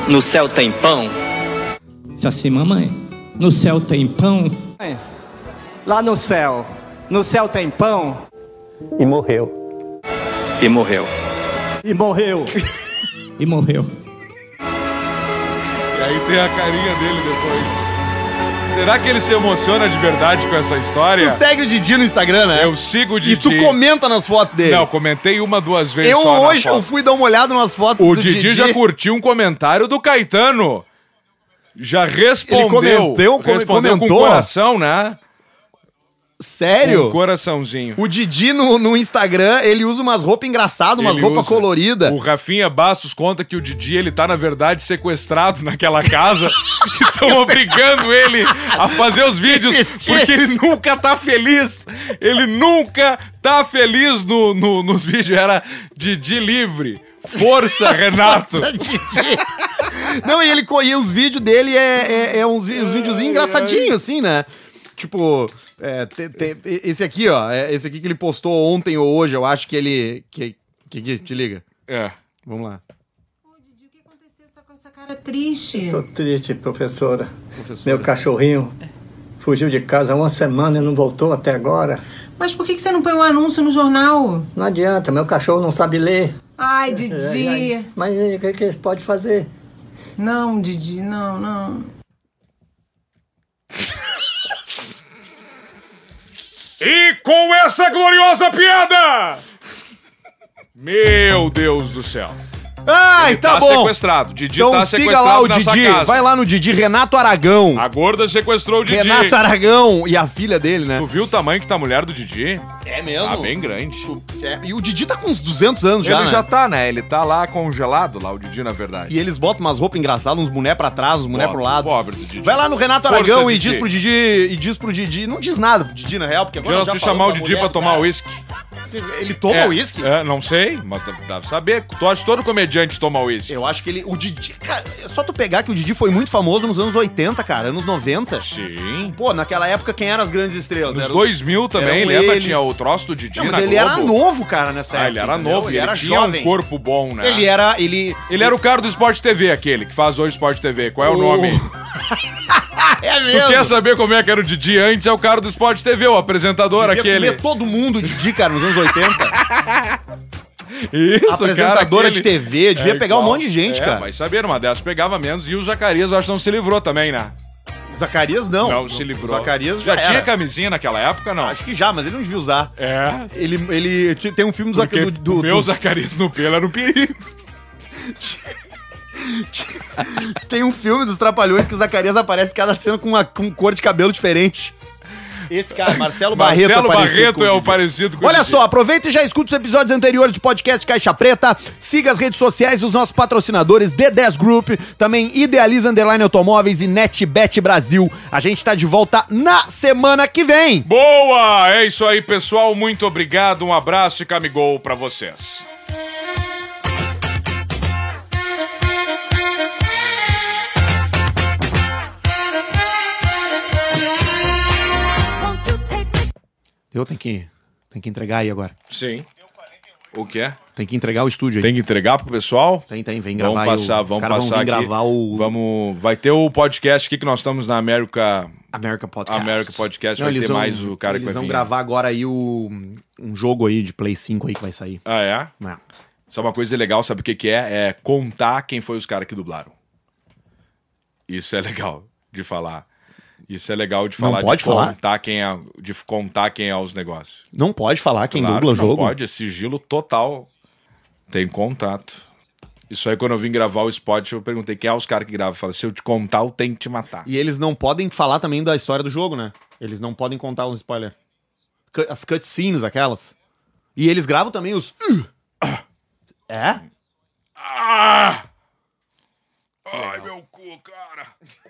O: no céu tem pão? Disse assim: Mamãe, no céu tem pão?
P: Mãe, Lá no céu, no céu tem pão
O: E morreu. E morreu.
P: e morreu.
O: *laughs* E morreu.
B: E aí tem a carinha dele depois. Será que ele se emociona de verdade com essa história?
A: Tu segue o Didi no Instagram, né?
B: É. Eu sigo o Didi.
A: E tu comenta nas fotos dele.
B: Não, comentei uma, duas vezes
A: eu
B: só na
A: hoje
B: foto.
A: eu fui dar uma olhada nas fotos
B: O Didi, já curtiu um comentário do Caetano. Já respondeu.
A: comentou, come-
B: respondeu com
A: comentou?
B: o coração, né? Com
A: Sério?
B: o coraçãozinho.
A: O Didi no, no Instagram, ele usa umas roupas engraçadas, umas
B: Ele
A: roupas
B: usa.
A: coloridas. *laughs*
B: O Rafinha Bastos conta que o Didi, ele tá, na verdade, sequestrado naquela
A: *laughs*
B: casa e estão obrigando ele a fazer os vídeos porque ele nunca tá feliz. Ele nunca tá feliz no, no- nos vídeos. Era Didi livre.
A: *laughs*
B: Força, Renato.
A: Nossa, É, Didi. Não, e ele corria os vídeos dele, é, é, é uns, vi- uns videozinhos engraçadinhos, assim, né? Tipo, é, te- te- esse aqui, ó, é esse aqui que ele postou ontem ou hoje, eu acho que ele. Que, que, que- te liga.
B: É.
A: Vamos lá.
Q: Cara triste.
R: Tô triste, professora. Meu cachorrinho
Q: É.
R: fugiu de casa há uma semana e não voltou até agora.
Q: Mas por que que você não põe o anúncio no jornal?
R: Não adianta, meu cachorro não sabe ler.
Q: Ai,
R: É,
Q: Didi.
R: é, Mas é, o que, que pode fazer?
Q: Não, Didi, não, não.
B: E com essa gloriosa piada! Meu Deus do céu.
A: Ai,
B: Ele
A: tá,
B: tá
A: bom.
B: sequestrado. Didi
A: então
B: tá
A: siga
B: sequestrado
A: lá o
B: nessa
A: Didi.
B: casa.
A: Vai lá no Didi, Renato Aragão.
B: A gorda sequestrou o Didi.
A: Renato Aragão e a filha dele, né?
B: Tu viu o tamanho que tá a mulher do Didi?
A: É
B: Tá bem grande.
A: É, e o Didi tá com uns 200 anos já,
B: Ele
A: né?
B: já tá, né? Ele tá lá congelado, lá o Didi, na verdade.
A: E eles botam umas roupas engraçadas, uns boné pra trás, uns boné
B: Pobre-
A: pro lado.
B: Pobre do Didi.
A: Vai lá no Renato
B: Força,
A: Aragão e
B: Didi.
A: diz pro Didi, e diz pro Didi, não diz nada pro Didi na real, porque agora
B: Agora
A: nós
B: tu
A: já
B: chamar o
A: falamos da
B: Didi
A: mulher
B: pra
A: do
B: tomar
A: cara.
B: uísque.
A: Ele toma
B: É,
A: uísque?
B: É, não sei, mas deve- deve saber. Tu acha que todo comediante toma uísque?
A: Eu acho que ele, o Didi, cara, é só tu pegar que o Didi foi muito famoso nos anos 80, cara, anos 90.
B: Sim.
A: Pô, naquela época quem eram as grandes estrelas?
B: Nos
A: Eram-
B: 2000 também,
A: eram
B: lembra?
A: eles.
B: Tinha o troço do Didi
A: Não, mas
B: na
A: ele era
B: Globo.
A: novo, cara, nessa
B: Ah,
A: época.
B: ele era
A: entendeu?
B: novo, ele, tinha
A: jovem.
B: um corpo bom, né?
A: Ele é era, ele...
B: Ele era o cara do Sport TV, aquele, que faz hoje Sport TV. Qual é o
A: O-
B: nome?
A: É
B: Se tu quer saber como é que era o Didi antes, é o cara do Sport TV, o apresentador
A: Devia
B: aquele.
A: comer todo mundo, o Didi, cara, nos anos 80.
B: *laughs* Isso,
A: Apresentadora de TV, devia pegar um
B: igual.
A: monte de gente,
B: É,
A: cara.
B: Vai saber, uma dessas pegava menos. E o Zacarias, eu acho que não se livrou também, né?
A: O Zacarias não.
B: Não, se livrou.
A: O Zacarias
B: já,
A: já
B: tinha
A: era. É.
B: camisinha naquela época, não?
A: Acho que já, mas ele não devia usar.
B: É.
A: Ele, ele t- tem um filme do, Zac-
B: Porque
A: do, do,
B: o meu
A: do-
B: Zacarias no pelo era um perigo.
A: Tem um filme dos Trapalhões que o Zacarias aparece cada cena com uma com cor de cabelo diferente. Esse cara, Marcelo Barreto.
B: Marcelo
A: parecido
B: Barreto
A: com
B: é o
A: Didi.
B: parecido com o
A: Olha
B: Didi.
A: só, aproveita e já escuta os episódios anteriores do podcast Caixa Preta. Siga as redes sociais dos nossos patrocinadores, D10 Group, também Idealiza Underline Automóveis e NetBet Brasil. A gente tá de volta na semana que vem.
B: Boa! É isso aí, pessoal. Muito obrigado, um abraço e camigol pra vocês.
A: Eu tenho que, tenho que entregar aí agora.
B: Sim. O que é?
A: Tem que entregar o estúdio aí.
B: Tem que entregar pro pessoal?
A: Tem, tem, vem gravar.
B: Vamos
A: aí o-
B: passar,
A: os
B: vamos
A: caras
B: passar
A: vão vir
B: aqui.
A: gravar o
B: Vamos, vai ter o podcast aqui que nós estamos na América
A: America Podcast.
B: America Podcast
A: Não,
B: vai
A: eles
B: ter
A: vão-
B: mais o cara que
A: Eles
B: vai
A: vão
B: vir.
A: gravar agora aí o, um jogo aí de Play 5 aí que vai sair.
B: Ah, é?
A: Não.
B: Só uma coisa legal, sabe o que que é? É contar quem foi os caras que dublaram. Isso é legal de falar. Isso é legal de
A: Não
B: falar,
A: pode
B: de
A: falar?
B: contar quem é, de contar quem é os negócios.
A: Não pode falar quem
B: Claro
A: dubla o
B: que não
A: jogo.
B: Pode, é sigilo total. Tem contato. Isso aí, quando eu vim gravar o spot, eu perguntei quem é os caras que gravam. Eu Falei, se eu te contar, eu tenho que te matar.
A: E eles não podem falar também da história do jogo, né? Eles não podem contar os spoilers. As cutscenes, aquelas. E eles gravam também os. É?
B: Ah! Ai, meu cu, cara.